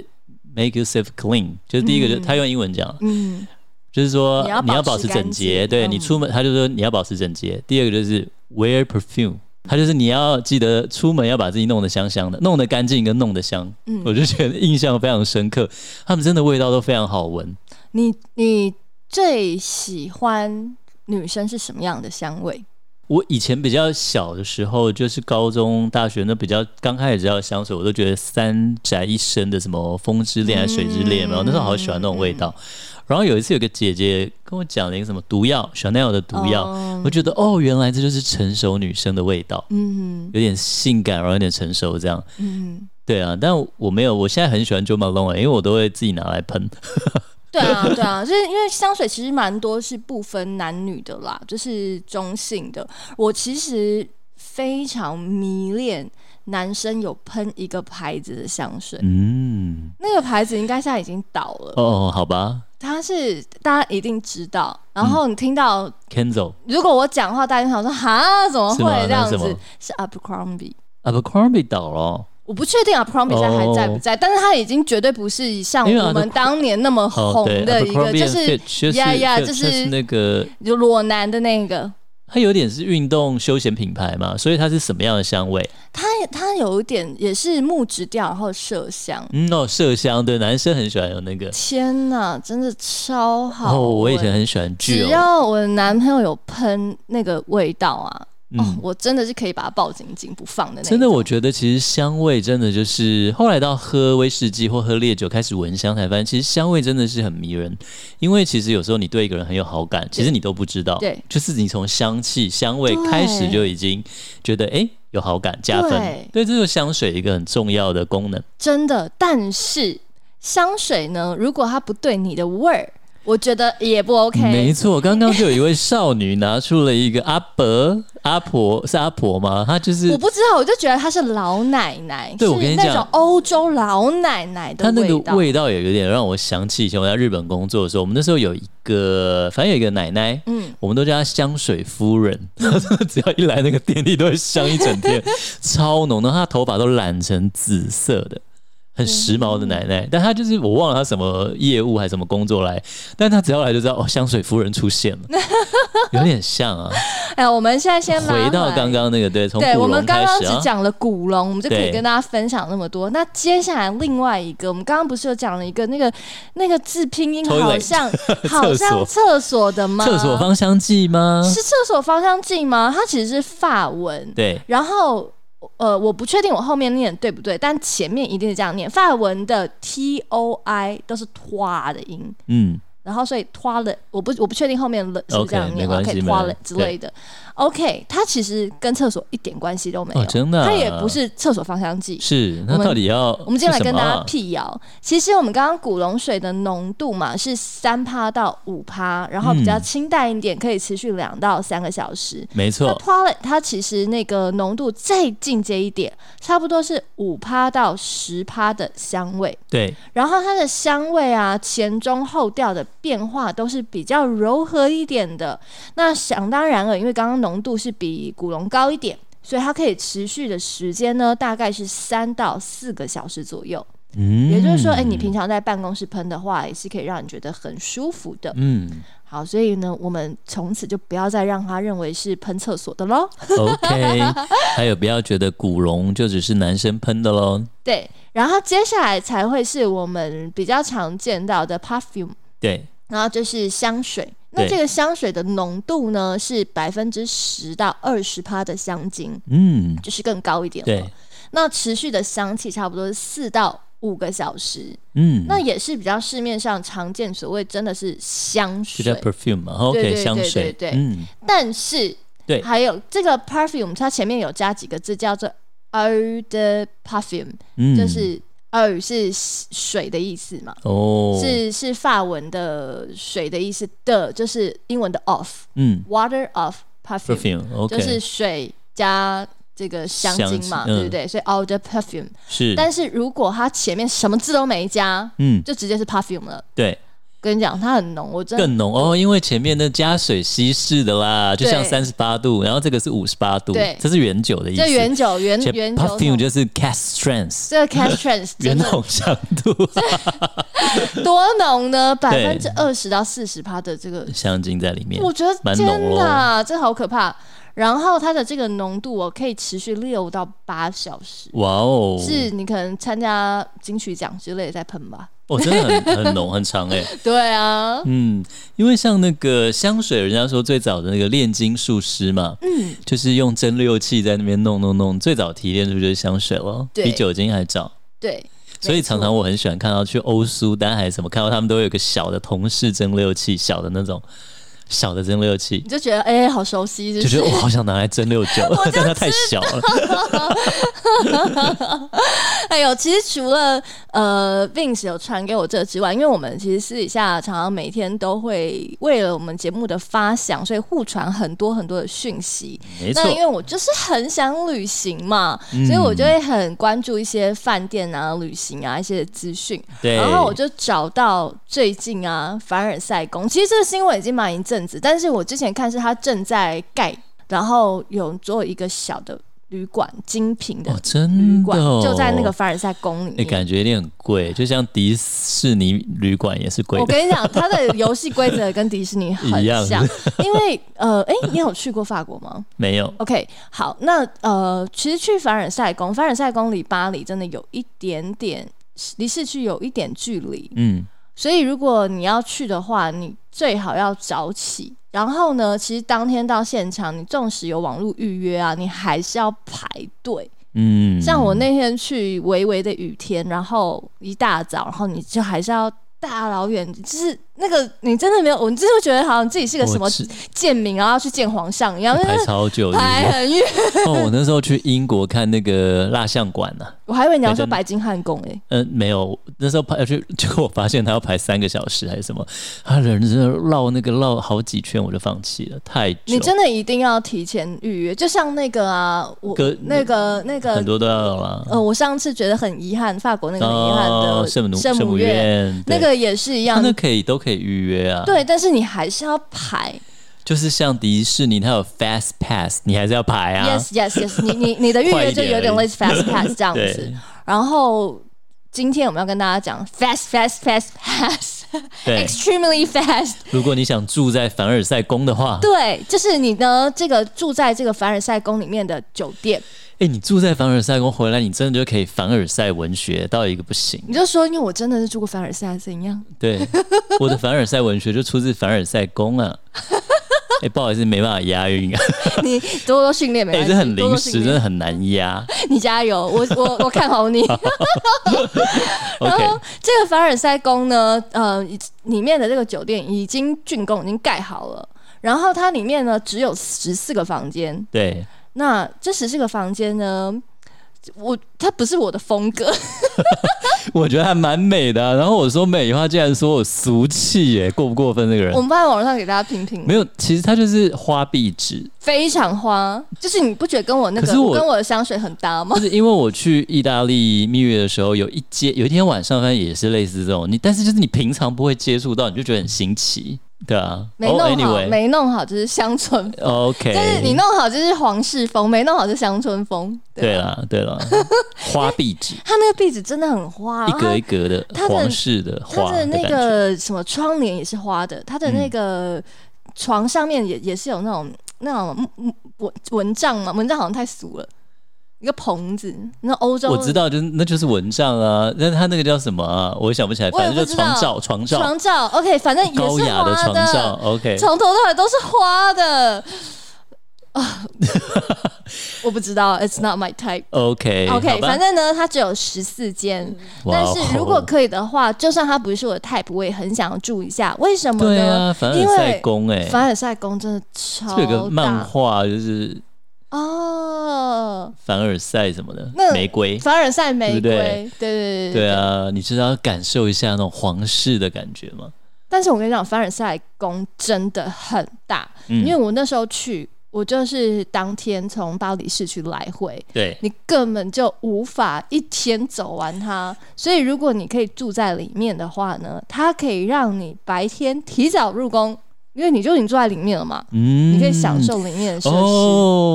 [SPEAKER 2] make yourself clean，就是第一个就、
[SPEAKER 1] 嗯
[SPEAKER 2] 他用英文讲，
[SPEAKER 1] 嗯，
[SPEAKER 2] 就是说
[SPEAKER 1] 你要
[SPEAKER 2] 你要
[SPEAKER 1] 保
[SPEAKER 2] 保
[SPEAKER 1] 持
[SPEAKER 2] 持整
[SPEAKER 1] 干
[SPEAKER 2] 洁，
[SPEAKER 1] 净
[SPEAKER 2] 对
[SPEAKER 1] 嗯
[SPEAKER 2] 你出门，他就说你要保持整洁。第二个就是 wear perfume，他就是你要记得出门要把自己弄得香香的，弄得干净跟弄得香。
[SPEAKER 1] 嗯
[SPEAKER 2] 我就觉得印象非常深刻，他们真的味道都非常好闻。
[SPEAKER 1] 你你最喜欢女生是什么样的香味？
[SPEAKER 2] 我以前比较小的时候，就是高中、大学那比较刚开始知道香水，我都觉得三宅一生的什么风之恋、还啊是水之恋嘛，
[SPEAKER 1] 嗯
[SPEAKER 2] 我那时候好喜欢那种味道。然后有一次有个姐姐跟我讲了一个什么毒药，Chanel 的毒药，
[SPEAKER 1] 哦
[SPEAKER 2] 我觉得哦，原来这就是成熟女生的味道，
[SPEAKER 1] 嗯
[SPEAKER 2] 有点性感，然后有点成熟这样。
[SPEAKER 1] 哼嗯，
[SPEAKER 2] 对啊，但我没有，我现在很喜欢 Jo Malone，因为我都会自己拿来喷。
[SPEAKER 1] 对 啊，对啊，就是因为香水其实蛮多是不分男女的啦，就是中性的。我其实非常迷恋男生有喷一个牌子的香水，
[SPEAKER 2] 嗯，
[SPEAKER 1] 那个牌子应该现在已经倒了，
[SPEAKER 2] 哦，好吧
[SPEAKER 1] 它是大家一定知道。然后你听到，
[SPEAKER 2] ，Kenzo
[SPEAKER 1] 如果我讲话，大家就想说哈，怎么
[SPEAKER 2] 是
[SPEAKER 1] 会
[SPEAKER 2] 吗
[SPEAKER 1] 这样
[SPEAKER 2] 那是什
[SPEAKER 1] 子
[SPEAKER 2] 么？
[SPEAKER 1] 是 Abercrombie。
[SPEAKER 2] Abercrombie 倒了哦。
[SPEAKER 1] 我不确定啊，Promise
[SPEAKER 2] 哦
[SPEAKER 1] 还在不在但是他已经绝对不是像
[SPEAKER 2] 因为
[SPEAKER 1] 我们
[SPEAKER 2] Abercrombie-
[SPEAKER 1] 当年那么
[SPEAKER 2] 哦
[SPEAKER 1] 红，
[SPEAKER 2] 对
[SPEAKER 1] 的一个，
[SPEAKER 2] Abercrombie
[SPEAKER 1] 就
[SPEAKER 2] and
[SPEAKER 1] 是
[SPEAKER 2] Fitch，就是
[SPEAKER 1] 呀呀就
[SPEAKER 2] 就是是那个，
[SPEAKER 1] 就裸男的那个。
[SPEAKER 2] 它有点是运动休闲品牌嘛，所以它是什么样的香味？
[SPEAKER 1] 它它有一点也是木质调，然后麝香。
[SPEAKER 2] 嗯，哦，麝香，对，男生很喜欢有那个。
[SPEAKER 1] 天哪，真的超好
[SPEAKER 2] 哦，我以前
[SPEAKER 1] 闻
[SPEAKER 2] 很喜欢
[SPEAKER 1] 只
[SPEAKER 2] 巨哦，
[SPEAKER 1] 要我男朋友有喷那个味道啊，哦
[SPEAKER 2] 嗯，，
[SPEAKER 1] 我真的是可以把它抱紧紧不放的那一种。
[SPEAKER 2] 真的，我觉得其实香味真的就是后来到喝威士忌或喝烈酒开始闻香，才发现其实香味真的是很迷人。因为其实有时候你对一个人很有好感，其实你都不知道，
[SPEAKER 1] 对，
[SPEAKER 2] 就是你从香气、香味
[SPEAKER 1] 对
[SPEAKER 2] 开始就已经觉得诶有好感加分
[SPEAKER 1] 对。
[SPEAKER 2] 对，这就是香水一个很重要的功能。
[SPEAKER 1] 真的，但是香水呢，如果它不对你的味儿，我觉得也不 OK。
[SPEAKER 2] 没错，刚刚就有一位少女拿出了一个阿 伯、阿婆是阿婆吗？她就是
[SPEAKER 1] 我不知道，我就觉得她是老奶奶，
[SPEAKER 2] 对我跟
[SPEAKER 1] 是
[SPEAKER 2] 你
[SPEAKER 1] 那
[SPEAKER 2] 讲
[SPEAKER 1] 种欧洲老奶奶的
[SPEAKER 2] 它那个
[SPEAKER 1] 道。
[SPEAKER 2] 味道也有点让我想起以前我在日本工作的时候，我们那时候有一个，反正有一个奶奶。
[SPEAKER 1] 嗯，
[SPEAKER 2] 我们都叫她香水夫人， 只要一来那个店里都会香一整天，超浓的。她头发都染成紫色的，很时髦的奶奶。
[SPEAKER 1] 嗯
[SPEAKER 2] 但她就是我忘了她什么业务还是什么工作来，但她只要来就知道哦，香水夫人出 现了，有点像啊。
[SPEAKER 1] 哎呀，我们现在先拉
[SPEAKER 2] 回到
[SPEAKER 1] 回来
[SPEAKER 2] 刚刚那个，对，从
[SPEAKER 1] 对，
[SPEAKER 2] 古
[SPEAKER 1] 我们
[SPEAKER 2] 龙
[SPEAKER 1] 刚
[SPEAKER 2] 开
[SPEAKER 1] 刚
[SPEAKER 2] 始
[SPEAKER 1] 只
[SPEAKER 2] 啊。
[SPEAKER 1] 讲了古龙，我们就可以
[SPEAKER 2] 对
[SPEAKER 1] 跟大家分享那么多。那接下来另外一个，我们刚刚不是有讲了一个那个那个字拼音
[SPEAKER 2] Toilet
[SPEAKER 1] 好 像好像
[SPEAKER 2] 厕所
[SPEAKER 1] 厕所的吗？
[SPEAKER 2] 厕所芳香剂吗？
[SPEAKER 1] 是厕所芳香剂吗？它其实是法文，
[SPEAKER 2] 对，
[SPEAKER 1] 然后。呃，我不确定我后面念对不对，但前面一定是这样念。法文的 T O I 都是 t 的音，
[SPEAKER 2] 嗯，
[SPEAKER 1] 然后所以 toilet 我不我不确定后面了是不是
[SPEAKER 2] OK，
[SPEAKER 1] 这样念
[SPEAKER 2] 没关系
[SPEAKER 1] OK
[SPEAKER 2] 没关系
[SPEAKER 1] toilet 之类的 OK，它其实跟厕所一点关系都没有，
[SPEAKER 2] 哦真的啊
[SPEAKER 1] 它哎也不是厕所芳香剂。
[SPEAKER 2] 是。
[SPEAKER 1] 我
[SPEAKER 2] 那
[SPEAKER 1] 们
[SPEAKER 2] 到底要
[SPEAKER 1] 我们今天来
[SPEAKER 2] 是什
[SPEAKER 1] 跟
[SPEAKER 2] 么
[SPEAKER 1] 大
[SPEAKER 2] 啊
[SPEAKER 1] 家辟谣，其实我们刚刚古龙水的浓度嘛是三趴到五趴，然后比较
[SPEAKER 2] 嗯
[SPEAKER 1] 清淡一点，可以持续两到三个小时。
[SPEAKER 2] 没
[SPEAKER 1] 那
[SPEAKER 2] 错，
[SPEAKER 1] toilet 它其实那个浓度再进阶一点，差不多是五趴到十趴的香味。
[SPEAKER 2] 对，
[SPEAKER 1] 然后它的香味啊，前中后调的变化都是比较柔和一点的。那想当然了，因为刚刚浓度是比古龙高一点，所以它可以持续的时间呢，大概是三到四个小时左右。
[SPEAKER 2] 嗯
[SPEAKER 1] 也就是说，哎、你平常在办公室喷的话，也是可以让你觉得很舒服的。
[SPEAKER 2] 嗯
[SPEAKER 1] 好，所以呢，我们从此就不要再让他认为是喷厕所的喽。
[SPEAKER 2] ，OK，还有不要觉得古龙就只是男生喷的喽。
[SPEAKER 1] 对，然后接下来才会是我们比较常见到的 perfume，
[SPEAKER 2] 对，
[SPEAKER 1] 然后就是香水。那
[SPEAKER 2] 对
[SPEAKER 1] 这个香水的浓度呢是百分之十到二十趴的香精，
[SPEAKER 2] 嗯，
[SPEAKER 1] 就是更高一点了。
[SPEAKER 2] 对，
[SPEAKER 1] 那持续的香气差不多是四到五个小时，
[SPEAKER 2] 嗯，
[SPEAKER 1] 那也是比较市面上常见所谓真的是香
[SPEAKER 2] 就
[SPEAKER 1] 水
[SPEAKER 2] 叫，perfume 嘛
[SPEAKER 1] 对对
[SPEAKER 2] ，OK，
[SPEAKER 1] 对
[SPEAKER 2] 香
[SPEAKER 1] 对
[SPEAKER 2] 水，
[SPEAKER 1] 对
[SPEAKER 2] 嗯，
[SPEAKER 1] 但是
[SPEAKER 2] 对
[SPEAKER 1] 还有这个 perfume，它前面有加几个字叫做 eau de perfume，、
[SPEAKER 2] 嗯
[SPEAKER 1] 就是 eau 是水的意思嘛，
[SPEAKER 2] 哦，，
[SPEAKER 1] 是是法文的水的意思的，就是英文的 off
[SPEAKER 2] 嗯
[SPEAKER 1] water of perfume，,
[SPEAKER 2] ，perfume，OK，、
[SPEAKER 1] 就是水加。这个香精嘛，
[SPEAKER 2] 香精嗯
[SPEAKER 1] 对不对？所以 eau de perfume，
[SPEAKER 2] 是
[SPEAKER 1] 但是如果它前面什么字都没加，
[SPEAKER 2] 嗯，
[SPEAKER 1] 就直接是 perfume 了。
[SPEAKER 2] 对，
[SPEAKER 1] 跟你讲，它很浓，我真的
[SPEAKER 2] 更浓哦，因为前面的加水稀释的啦，就像
[SPEAKER 1] 嗯对
[SPEAKER 2] 三十八度，然后这个是五十八度，
[SPEAKER 1] 对
[SPEAKER 2] 这是原酒的意思。
[SPEAKER 1] 这原酒原
[SPEAKER 2] 且
[SPEAKER 1] 原酒
[SPEAKER 2] perfume
[SPEAKER 1] 桶
[SPEAKER 2] 就是 cast strength
[SPEAKER 1] 这个 cash trends
[SPEAKER 2] 原
[SPEAKER 1] 真的
[SPEAKER 2] 桶香 度
[SPEAKER 1] 多浓呢？百
[SPEAKER 2] 对
[SPEAKER 1] 分之二十到四十趴的这个，
[SPEAKER 2] 香精在里面，
[SPEAKER 1] 我觉得
[SPEAKER 2] 蛮浓
[SPEAKER 1] 天
[SPEAKER 2] 咯。
[SPEAKER 1] 哪，这好可怕。然后它的这个浓度哦，可以持续六到八小时，
[SPEAKER 2] 哇哦，
[SPEAKER 1] 是你可能参加金曲奖之类的在喷吧？
[SPEAKER 2] 哦，真的很很浓很长 哎、
[SPEAKER 1] 对啊，
[SPEAKER 2] 嗯，因为像那个香水，人家说最早的那个炼金术师嘛，嗯，就是用蒸馏器在那边弄弄弄，最早提炼出就是香水了，
[SPEAKER 1] 对
[SPEAKER 2] 比酒精还早。
[SPEAKER 1] 对，
[SPEAKER 2] 所以常常我很喜欢看到去欧苏丹还是什么，看到他们都有一个小的同事蒸馏器，小的那种小的蒸馏器
[SPEAKER 1] 你，就觉得哎、好熟悉，就
[SPEAKER 2] 就是觉得我好想拿来蒸馏 酒，但它太小了。
[SPEAKER 1] 哎呦，其实除了呃 Vince 有传给我这之外，因为我们其实私底下常常每天都会为了我们节目的发想，所以互传很多很多的讯息。
[SPEAKER 2] 没错嗯
[SPEAKER 1] 那，因为我就是很想旅行嘛，所以我就会很关注一些饭店啊、旅行啊一些资讯。
[SPEAKER 2] 对，
[SPEAKER 1] 然后我就找到最近啊，凡尔赛宫。其实这个新闻已经蛮一阵子，但是我之前看是它正在盖，然后有做一个小的旅馆，精品的
[SPEAKER 2] 哦，真
[SPEAKER 1] 旅
[SPEAKER 2] 的
[SPEAKER 1] 馆，
[SPEAKER 2] 哦、
[SPEAKER 1] 就在那个凡尔赛宫里
[SPEAKER 2] 哎、
[SPEAKER 1] 面。
[SPEAKER 2] 感觉有点很贵，就像迪士尼旅馆也是贵
[SPEAKER 1] 我
[SPEAKER 2] 的。
[SPEAKER 1] 跟你讲，它的游戏规则跟迪士尼很
[SPEAKER 2] 一样
[SPEAKER 1] 像，因为呃，哎、你有去过法国吗？
[SPEAKER 2] 没有，
[SPEAKER 1] OK，好，那呃，其实去凡尔赛宫，凡尔赛宫离巴黎真的有一点点离市区有一点距离，
[SPEAKER 2] 嗯，
[SPEAKER 1] 所以如果你要去的话，你最好要早起。然后呢，其实当天到现场，你纵使有网络预约啊，你还是要排队。
[SPEAKER 2] 嗯，
[SPEAKER 1] 像我那天去微微的雨天，然后一大早，然后你就还是要。大老远就是那个，你真的没有，我真的觉得好像自己是个
[SPEAKER 2] 我
[SPEAKER 1] 什么
[SPEAKER 2] 知
[SPEAKER 1] 贱民，然后要去见皇上一样，
[SPEAKER 2] 排超久是不
[SPEAKER 1] 排
[SPEAKER 2] 是，
[SPEAKER 1] 很远。
[SPEAKER 2] 哦，我那时候去英国看那个蜡像馆呢、啊，
[SPEAKER 1] 我还以为你要说
[SPEAKER 2] 反正
[SPEAKER 1] 白金汉宫诶、欸
[SPEAKER 2] 嗯，没有，那时候排去，结果我发现他要排三个小时还是什么，他人真的绕那个绕好几圈，我就放弃了，太久。
[SPEAKER 1] 你真的一定要提前预约，就像那个啊，我
[SPEAKER 2] 隔
[SPEAKER 1] 那个那
[SPEAKER 2] 很
[SPEAKER 1] 个
[SPEAKER 2] 多都要啦。
[SPEAKER 1] 呃，我上次觉得很遗憾，法国那个很遗憾
[SPEAKER 2] 哦，
[SPEAKER 1] 的
[SPEAKER 2] 圣母
[SPEAKER 1] 圣
[SPEAKER 2] 圣
[SPEAKER 1] 母
[SPEAKER 2] 母
[SPEAKER 1] 院，
[SPEAKER 2] 院
[SPEAKER 1] 那
[SPEAKER 2] 对
[SPEAKER 1] 个也是一
[SPEAKER 2] 他
[SPEAKER 1] 样，
[SPEAKER 2] 那可以都可以预约啊。，
[SPEAKER 1] 对，但是你还是要排。
[SPEAKER 2] 就是像迪士尼，它有 Fast Pass，你还是要排啊。
[SPEAKER 1] Yes, yes, yes 你。你你的预
[SPEAKER 2] 快
[SPEAKER 1] 约
[SPEAKER 2] 一
[SPEAKER 1] 就
[SPEAKER 2] 点
[SPEAKER 1] 有点
[SPEAKER 2] 而已
[SPEAKER 1] 类似 fast pass 这样子
[SPEAKER 2] 对。
[SPEAKER 1] 然后今天我们要跟大家讲 fast, fast, fast, fast,
[SPEAKER 2] 对，
[SPEAKER 1] extremely fast。
[SPEAKER 2] 如果你想住在凡尔赛宫的话，
[SPEAKER 1] 对，就是你呢，这个住在这个凡尔赛宫里面的酒店，
[SPEAKER 2] 哎，你住在凡尔赛宫回来，你真的就可以凡尔赛文学到一个不行。
[SPEAKER 1] 你就说，因为我真的是住过凡尔赛，怎样？
[SPEAKER 2] 对，我的凡尔赛文学就出自凡尔赛宫 啊。哎、不好意思，没办法押韵啊。
[SPEAKER 1] 你多多训练没
[SPEAKER 2] 哎、
[SPEAKER 1] 关系，
[SPEAKER 2] 这很
[SPEAKER 1] 多
[SPEAKER 2] 临
[SPEAKER 1] 多训
[SPEAKER 2] 时，真
[SPEAKER 1] 练
[SPEAKER 2] 的很 难压。
[SPEAKER 1] 你加油，我我我看好 你。
[SPEAKER 2] OK，
[SPEAKER 1] 这个凡尔赛宫呢，呃，里面的这个酒店已经竣工，已经盖好了。然后它里面呢只有十四个房间，
[SPEAKER 2] 对，
[SPEAKER 1] 那这十四个房间呢，我它不是我的风格，
[SPEAKER 2] 我觉得还蛮美的啊、然后我说美的话，竟然说我俗气耶，过不过分？这个人
[SPEAKER 1] 我们放在网上给大家评评
[SPEAKER 2] 没，有，其实它就是花壁纸。
[SPEAKER 1] 非常花，就是你不觉得跟我那
[SPEAKER 2] 可是
[SPEAKER 1] 个
[SPEAKER 2] 我哦
[SPEAKER 1] 跟我的香水很搭吗
[SPEAKER 2] 就？是因为我去意大利蜜月的时候，有一街有一天晚上，反正也是类似这种，你但是就是你平常不会接触到，你就觉得很新奇。对啊，
[SPEAKER 1] 没弄好
[SPEAKER 2] a n y w a y
[SPEAKER 1] 没弄好就是乡村，
[SPEAKER 2] o k
[SPEAKER 1] 就是你弄好就是皇室风，没弄好是乡村风。
[SPEAKER 2] 对
[SPEAKER 1] 吧，
[SPEAKER 2] 啦，对 啦，花壁纸
[SPEAKER 1] 它那个壁纸真的很花，
[SPEAKER 2] 一
[SPEAKER 1] 然后
[SPEAKER 2] 格一格的
[SPEAKER 1] 它的
[SPEAKER 2] 皇室的
[SPEAKER 1] 它
[SPEAKER 2] 花
[SPEAKER 1] 的
[SPEAKER 2] 的
[SPEAKER 1] 那
[SPEAKER 2] 感觉，
[SPEAKER 1] 个什么窗帘也是花的，它的那个床上面也也是有那种那种嗯蚊蚊帐嘛，蚊帐好像太俗了，一个棚子，那欧洲
[SPEAKER 2] 我知道，就是那就是蚊帐啊，但它那个叫什么啊？我想不起来，
[SPEAKER 1] 我也
[SPEAKER 2] 反正
[SPEAKER 1] 不
[SPEAKER 2] 就
[SPEAKER 1] 知
[SPEAKER 2] 床
[SPEAKER 1] 道
[SPEAKER 2] 罩，床罩，
[SPEAKER 1] 床罩，OK，反正也
[SPEAKER 2] 高
[SPEAKER 1] 是
[SPEAKER 2] 雅
[SPEAKER 1] 花
[SPEAKER 2] 床罩，OK，
[SPEAKER 1] 从头到尾都是花的。啊，啊 我不知道，It's not my type。OK，
[SPEAKER 2] OK 好吧
[SPEAKER 1] 反正呢，它只有十四间，
[SPEAKER 2] 哇
[SPEAKER 1] 但
[SPEAKER 2] 哦
[SPEAKER 1] 是如果可以的话，就算它不是我的 type，我也很想要住一下。为什么
[SPEAKER 2] 对
[SPEAKER 1] 呢？
[SPEAKER 2] 啊，凡尔
[SPEAKER 1] 因为
[SPEAKER 2] 赛宫哎，
[SPEAKER 1] 凡尔赛宫真的超
[SPEAKER 2] 这有个漫
[SPEAKER 1] 大
[SPEAKER 2] 画就是
[SPEAKER 1] 哦，
[SPEAKER 2] 凡尔赛什么的
[SPEAKER 1] 那
[SPEAKER 2] 玫瑰，
[SPEAKER 1] 凡尔赛玫瑰，
[SPEAKER 2] 对
[SPEAKER 1] 对
[SPEAKER 2] 不对
[SPEAKER 1] 对对
[SPEAKER 2] 对。啊，你知道感受一下那种皇室的感觉吗？
[SPEAKER 1] 但是我跟你讲，凡尔赛宫真的很大，
[SPEAKER 2] 嗯
[SPEAKER 1] 因为我那时候去，我就是当天从巴黎市区来回，
[SPEAKER 2] 对，
[SPEAKER 1] 你根本就无法一天走完它。所以如果你可以住在里面的话呢，它可以让你白天提早入宫，因为你就已经住在里面了嘛，
[SPEAKER 2] 嗯
[SPEAKER 1] 你可以享受里面的设施。
[SPEAKER 2] 哦。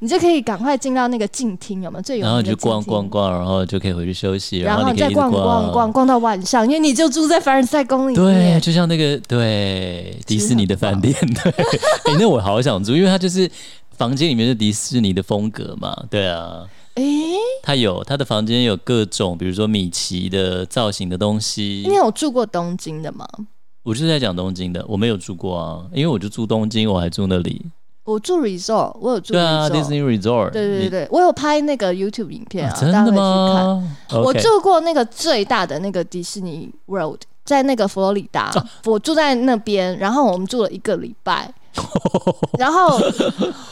[SPEAKER 1] 你就可以赶快进到那个静厅，有没有最有
[SPEAKER 2] 然
[SPEAKER 1] 名
[SPEAKER 2] 后
[SPEAKER 1] 的
[SPEAKER 2] 你就逛
[SPEAKER 1] 静厅
[SPEAKER 2] 逛逛，然后就可以回去休息，
[SPEAKER 1] 然
[SPEAKER 2] 后
[SPEAKER 1] 后
[SPEAKER 2] 你可
[SPEAKER 1] 再
[SPEAKER 2] 以一直
[SPEAKER 1] 逛逛
[SPEAKER 2] 逛
[SPEAKER 1] 逛。逛到晚上，因为你就住在凡尔赛宫里
[SPEAKER 2] 对，
[SPEAKER 1] 面。
[SPEAKER 2] 就像那个对迪士尼的
[SPEAKER 1] 很棒
[SPEAKER 2] 饭店，对， 哎、那我好想住，因为它就是房间里面是迪士尼的风格嘛，对啊，
[SPEAKER 1] 诶，
[SPEAKER 2] 它有它的房间有各种，比如说米奇的造型的东西
[SPEAKER 1] 你。有住过东京的吗？
[SPEAKER 2] 我就是在讲东京的，我没有住过啊，因为我就住东京，我还住那里。
[SPEAKER 1] 我住 resort，我有住 resort。
[SPEAKER 2] 对啊，Disney Resort
[SPEAKER 1] 对对对
[SPEAKER 2] 你。
[SPEAKER 1] 对我有拍那个 YouTube 影片
[SPEAKER 2] 啊
[SPEAKER 1] 啊，
[SPEAKER 2] 真
[SPEAKER 1] 大家
[SPEAKER 2] 的
[SPEAKER 1] 可以去看。
[SPEAKER 2] 吗？
[SPEAKER 1] 我
[SPEAKER 2] OK
[SPEAKER 1] 住过那个最大的那个迪士尼 World，在那个佛罗里达，
[SPEAKER 2] 啊
[SPEAKER 1] 我住在那边，然后我们住了一个礼 拜，然后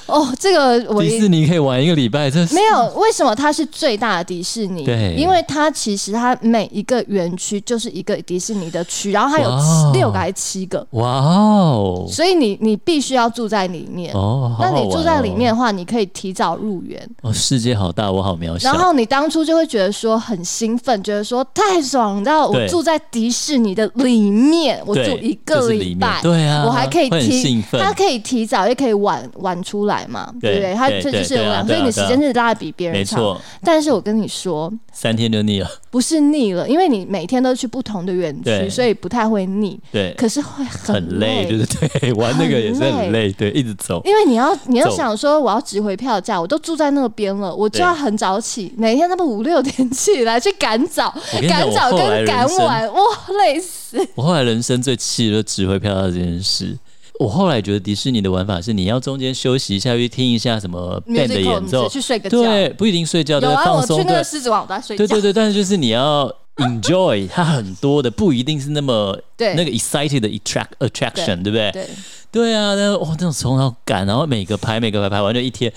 [SPEAKER 1] 哦，这个我
[SPEAKER 2] 迪士尼可以玩一个礼拜，这是
[SPEAKER 1] 没有，为什么它是最大的迪士尼？
[SPEAKER 2] 对
[SPEAKER 1] 因为它其实它每一个园区就是一个迪士尼的区，然后它有
[SPEAKER 2] 哇
[SPEAKER 1] 七六个还是七个，
[SPEAKER 2] 哇哦
[SPEAKER 1] 所以你你必须要住在里面。
[SPEAKER 2] 哦，好
[SPEAKER 1] 那
[SPEAKER 2] 好
[SPEAKER 1] 你住
[SPEAKER 2] 玩
[SPEAKER 1] 在
[SPEAKER 2] 哦
[SPEAKER 1] 里面的话，你可以提早入园，
[SPEAKER 2] 哦，世界好大，我好渺小
[SPEAKER 1] 然。后你当初就会觉得说很兴奋，觉得说太爽到我
[SPEAKER 2] 对
[SPEAKER 1] 住在迪士尼的里面，我
[SPEAKER 2] 对
[SPEAKER 1] 住一
[SPEAKER 2] 就
[SPEAKER 1] 个
[SPEAKER 2] 是
[SPEAKER 1] 礼
[SPEAKER 2] 里面
[SPEAKER 1] 拜，
[SPEAKER 2] 对啊，
[SPEAKER 1] 我还可以
[SPEAKER 2] 会很
[SPEAKER 1] 提
[SPEAKER 2] 兴奋，
[SPEAKER 1] 它可以提早也可以晚晚出来嘛，
[SPEAKER 2] 对
[SPEAKER 1] 对不对？它
[SPEAKER 2] 对
[SPEAKER 1] 这就是
[SPEAKER 2] 对对
[SPEAKER 1] 有
[SPEAKER 2] 啊
[SPEAKER 1] 两，所
[SPEAKER 2] 对啊
[SPEAKER 1] 以你时
[SPEAKER 2] 对啊啊
[SPEAKER 1] 间是拉的比别人
[SPEAKER 2] 没
[SPEAKER 1] 长。
[SPEAKER 2] 错，
[SPEAKER 1] 但是我跟你说，
[SPEAKER 2] 三天就腻了，
[SPEAKER 1] 不是腻了，因为你每天都去不同的园区，
[SPEAKER 2] 对
[SPEAKER 1] 所以不太会腻，
[SPEAKER 2] 对，
[SPEAKER 1] 可是会很
[SPEAKER 2] 很累，就是对， 玩那个也是很累，对，一直 走，
[SPEAKER 1] 因为你要你要
[SPEAKER 2] 走
[SPEAKER 1] 想说，我要值回票价，我都住在那边了，我就
[SPEAKER 2] 对
[SPEAKER 1] 要很早起，每天他们五六点起来去赶早
[SPEAKER 2] 我跟，你讲
[SPEAKER 1] 赶早
[SPEAKER 2] 我后来
[SPEAKER 1] 跟赶
[SPEAKER 2] 人生
[SPEAKER 1] 晚，哇，累死！
[SPEAKER 2] 我后来人生最气的就是值回票价这件事。我后来觉得迪士尼的玩法是，你要中间休息一下，去听一下什么 band 的
[SPEAKER 1] musical
[SPEAKER 2] 演
[SPEAKER 1] 你
[SPEAKER 2] 奏
[SPEAKER 1] 只，去睡个觉，
[SPEAKER 2] 对，不一定睡觉，
[SPEAKER 1] 有
[SPEAKER 2] 对，
[SPEAKER 1] 啊，
[SPEAKER 2] 放
[SPEAKER 1] 我去
[SPEAKER 2] 松，
[SPEAKER 1] 那
[SPEAKER 2] 对
[SPEAKER 1] 个，狮子王，我都在睡
[SPEAKER 2] 对
[SPEAKER 1] 觉
[SPEAKER 2] 对，对，但是就是你要 enjoy 它很多的，不一定是那么
[SPEAKER 1] 对
[SPEAKER 2] 那个 excited 的 attract attraction，对不对？
[SPEAKER 1] 对，
[SPEAKER 2] 对啊，那哇，那种从头赶，然后每个排每个排排完就一天，